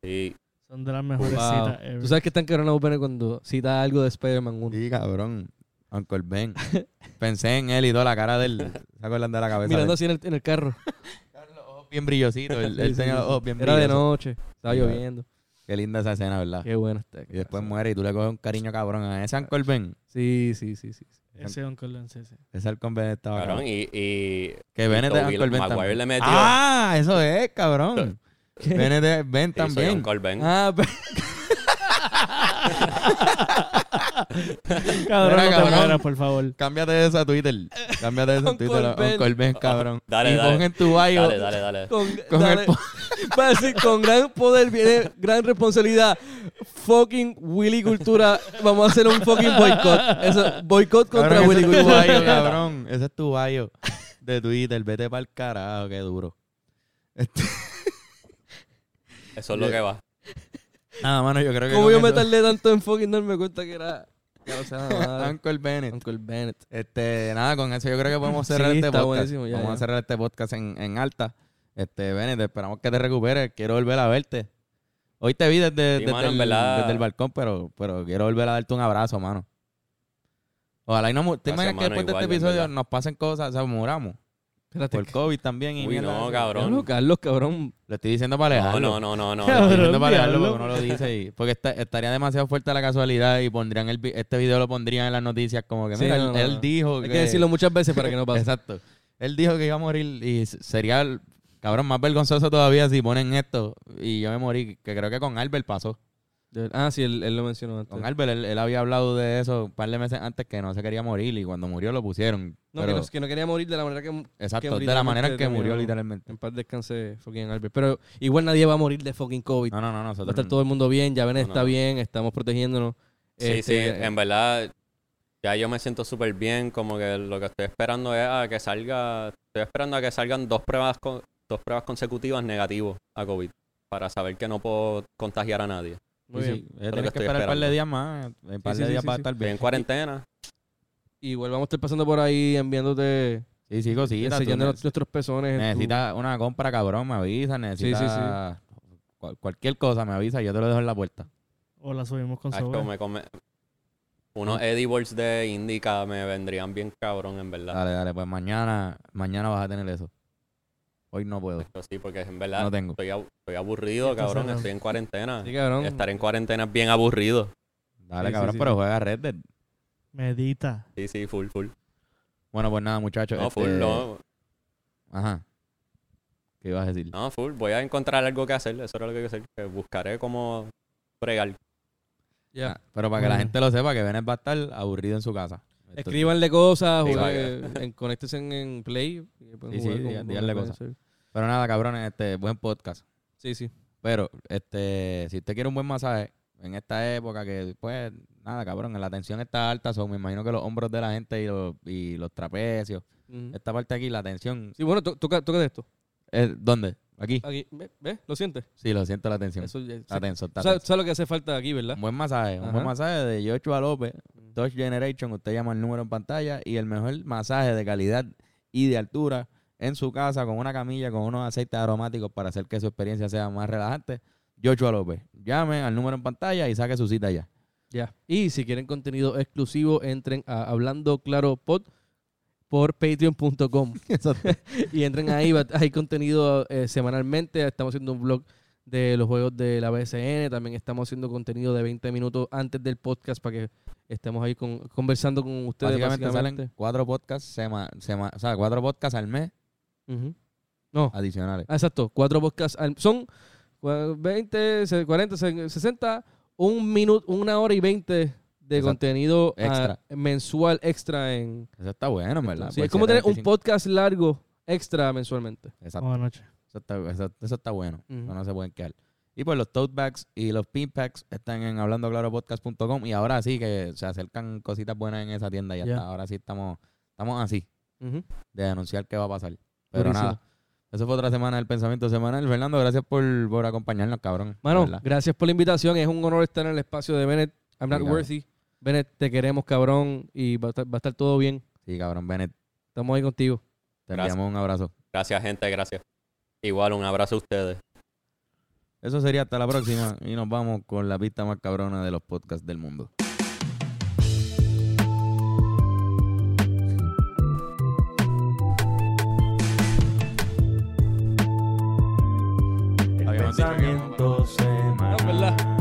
C: Sí,
D: Son de las mejores
B: Wow.
D: citas ever.
B: Tú sabes que están quebrando open cuando cita algo de Spider-Man 1.
A: Sí, cabrón. Uncle Ben. Pensé en él y toda la cara de él. ¿Se acuerdan de la cabeza?
B: Mirando
A: de él?
B: así en el, en el carro.
A: Los ojos bien brillositos. Él,
B: Sí,
A: él
B: sí,
A: tenía los
B: sí.
A: ojos bien
B: Era
A: brillosos.
B: de noche, estaba
A: Sí, claro.
B: lloviendo.
A: Qué linda esa escena, ¿verdad?
B: Qué bueno está.
A: Y después muere y tú le coges un cariño cabrón a ese Uncle Ben.
B: Sí, sí, sí, sí. sí.
D: Ese Uncle Ben, sí, sí.
A: Ese Uncle Ben estaba
C: cabrón.
A: cabrón.
C: Y, y
A: Que Bennett es
C: Tobey
A: Uncle Ben
C: Maguire
A: también.
C: le metió-
A: Ah, eso es, cabrón. Bennett es Ben
C: y soy
A: también.
C: Uncle Ben.
B: Ah,
A: pues,
B: pero-
D: Cabrón,
A: Mira,
D: no te
A: cabrón.
D: mueras, por favor.
A: Cámbiate de eso a Twitter. Cámbiate de eso a
B: Uncle
A: Twitter.
B: Ben.
A: a Uncle Ben, cabrón.
C: Dale,
A: y
C: dale.
A: pon en tu bio.
C: Dale, dale, dale.
B: con,
A: Con
B: dale.
A: el po-
B: Va a decir, con gran poder viene gran responsabilidad. Fucking Willy Cultura. Vamos a hacer un fucking boicot. Eso, boicot contra
A: Cabrón,
B: Willy
A: ese es tu
B: Cultura.
A: bio, cabrón. Ese es tu bio de Twitter. Vete para el carajo, qué duro. Este-
C: Eso es lo que va.
A: Nada, mano, yo creo que.
B: ¿Cómo
A: con
B: yo
A: eso-
B: me tardé tanto en fucking darme cuenta que era... Ya, o sea, madre.
A: Uncle Bennett.
B: Uncle Bennett.
A: Este, nada, con eso yo creo que podemos
B: Sí,
A: cerrar este
B: está
A: podcast.
B: buenísimo, ya,
A: Vamos
B: ya.
A: a cerrar este podcast en, en alta. Este, Bennett, esperamos que te recuperes. Quiero volver a verte. Hoy te vi desde,
C: Sí,
A: desde
C: mano, en
A: el,
C: verdad.
A: desde el balcón, pero, pero quiero volver a darte un abrazo, mano. Ojalá y no mu- ¿Te
C: Gracias,
A: imaginas que
C: mano,
A: después de
C: igual,
A: este
C: en
A: episodio
C: verdad.
A: nos pasen cosas, o sea, muramos?
B: Espérate.
A: Por COVID también y
C: Uy,
A: mierda
C: no,
A: de eso.
C: cabrón.
B: Diablo, Carlos, cabrón.
A: Lo estoy diciendo para
C: No,
A: alejarlo.
C: no, no, no, no.
A: Lo
C: no.
D: Cabrón.
A: estoy diciendo para alejarlo
D: diablo.
A: porque uno lo dice y- porque esta- estaría demasiado fuerte la casualidad y pondrían el, vi- este video lo pondrían en las noticias como que
B: Sí,
A: mira,
B: no,
A: él,
B: no,
A: él
B: no.
A: dijo
B: Hay que decirlo muchas veces para que no pase.
A: Exacto. Él dijo que iba a morir y s- sería, el- cabrón, más vergonzoso todavía si ponen esto y yo me morí, que creo que con Albert pasó.
B: De ver- Ah, sí, él, él lo mencionó antes.
A: Con Albert, él, él había hablado de eso un par de meses antes que no se quería morir y cuando murió lo pusieron.
B: No,
A: Pero-
B: que no, que no quería morir de la manera que
A: exacto,
B: que
A: de la manera en que
B: literalmente
A: murió
B: terminó.
A: literalmente.
B: en paz descanse fucking Albert. Pero igual nadie va a morir de fucking COVID.
A: No, no, no, nosotros.
B: va a estar todo el mundo bien, ya ven,
C: No,
B: está
C: no.
B: bien, estamos protegiéndonos.
C: Sí,
B: Este,
C: sí, en verdad ya yo me siento súper bien, como que lo que estoy esperando es a que salga, estoy esperando a que salgan dos pruebas con- dos pruebas consecutivas negativas a COVID para saber que no puedo contagiar a nadie.
B: muy
A: Sí, sí,
B: bien.
A: ella
C: lo
A: tiene
C: que
A: que
C: estoy
A: esperar un par de
C: esperando.
A: días más. eh, Un par
B: sí,
A: de
B: sí,
A: días
B: sí,
A: para
B: sí.
A: estar
C: Estoy
A: bien.
C: en cuarentena.
B: Igual vamos a estar pasando por ahí enviándote,
A: Sí, sí, cositas. tú
B: enseñando
A: ne-
B: los- nuestros pezones. en tu-
A: Necesitas una compra, cabrón, me avisa.
B: sí, sí.
A: Necesitas cual- cualquier cosa, me avisa. Yo te lo dejo en la puerta.
D: O la subimos con
C: Acho,
D: sobre.
C: me come- Unos edibles de indica me vendrían bien cabrón, en verdad.
A: Dale, dale, pues mañana, mañana vas a tener eso. Hoy no puedo,
C: Yo sí, porque en verdad
A: no tengo.
C: estoy, abu- estoy aburrido,
D: Está
C: cabrón.
D: cerrado.
C: Estoy en cuarentena.
B: Sí, cabrón.
C: Estar en cuarentena es bien aburrido.
A: Dale,
B: Sí, sí,
A: cabrón,
B: sí.
A: pero juega Red Dead.
D: Medita.
C: Sí, sí, full, full.
A: Bueno, pues nada, muchachos.
C: No,
A: este,
C: full, no.
A: Ajá. ¿Qué ibas a decir?
C: No, full. Voy a encontrar algo que hacer. Eso era lo que quería hacer. Que buscaré cómo fregar.
B: Ya.
A: Ah, pero para que la
D: Bueno.
A: gente lo sepa, que Benet va a estar aburrido en su casa. Esto-
B: Escríbanle cosas,
C: Sí,
B: jueguen- en- conéctense en, en Play. y pueden
A: Sí, sí,
B: jugar
A: diga-
B: con-
A: díganle
B: con-
A: cosas. Pero nada, cabrones, este, buen podcast.
B: Sí, sí.
A: Pero, este, si usted quiere un buen masaje, en esta época que, pues, nada, cabrón, la tensión está alta, son, me imagino que los hombros de la gente y los, y los trapecios,
B: Ujú.
A: esta parte aquí, la tensión,
B: Sí, bueno, to- toca, toca de esto.
A: eh, ¿dónde? ¿Aquí?
B: Aquí, ¿ves? ¿Lo sientes?
A: Sí, Ah, lo siento, la tensión.
B: Eso ya-
A: Está tenso, está
B: ¿Sabes
A: tenso.
B: sabes lo que hace falta aquí, verdad?
A: Un buen masaje, un buen
B: Ajá.
A: masaje de Joshua López, Touch Generation, usted llama el número en pantalla y el mejor masaje de calidad y de altura en su casa con una camilla, con unos aceites aromáticos para hacer que su experiencia sea más relajante. Joshua López, llame al número en pantalla y saque su cita ya.
B: Ya. Y si quieren contenido exclusivo, entren a Hablando Claro Pod por patreon.com. y entren ahí, va- hay contenido eh, semanalmente. Estamos haciendo un blog de los juegos de la BSN. También estamos haciendo contenido de 20 minutos antes del podcast para que estemos ahí con- conversando con ustedes.
A: Básicamente, salen
B: básicamente.
A: cuatro podcasts, sema, sema- o sea, cuatro podcasts al mes
B: Ujú. No,
A: adicionales.
B: Ah, exacto. Cuatro podcasts. al- Son cua- 20, se- 40, se- 60, un minuto, una hora y 20 de
A: Exacto.
B: contenido ah,
A: Extra.
B: mensual extra en...
A: Eso está bueno, en ¿verdad? Pues
B: Sí,
A: Por
B: es como tener un
A: 725.
B: podcast largo extra mensualmente.
A: Exacto.
D: Buenas noches.
A: Eso está, eso- eso está bueno.
B: Ujú.
A: No, no se pueden quedar. Y pues los tote bags y los pin packs están en hablandoclaropodcast.com y ahora sí que se acercan cositas buenas en esa tienda. Ya
B: Ya.
A: está. Ahora sí estamos, estamos así
B: Ujú.
A: de anunciar qué va a pasar. Pero
B: Durísimo.
A: nada. Eso fue otra semana del pensamiento semanal. Fernando, gracias por, por acompañarnos, cabrón.
B: Mano,
A: ¿verdad?
B: gracias por la invitación. Es un honor estar en el espacio de Bennett. I'm
A: Sí,
B: not
A: cabrón.
B: worthy. Bennett, te queremos, cabrón. Y va a estar, va a estar todo bien.
A: Sí, cabrón, Bennett.
B: Estamos ahí contigo.
A: Te
C: Gracias.
A: enviamos un abrazo.
C: Gracias, gente. Gracias. Igual, un abrazo a ustedes.
A: Eso sería hasta la próxima y nos vamos con la pista más cabrona de los podcasts del mundo.
F: El pensamiento semanal.
B: No, ¿verdad?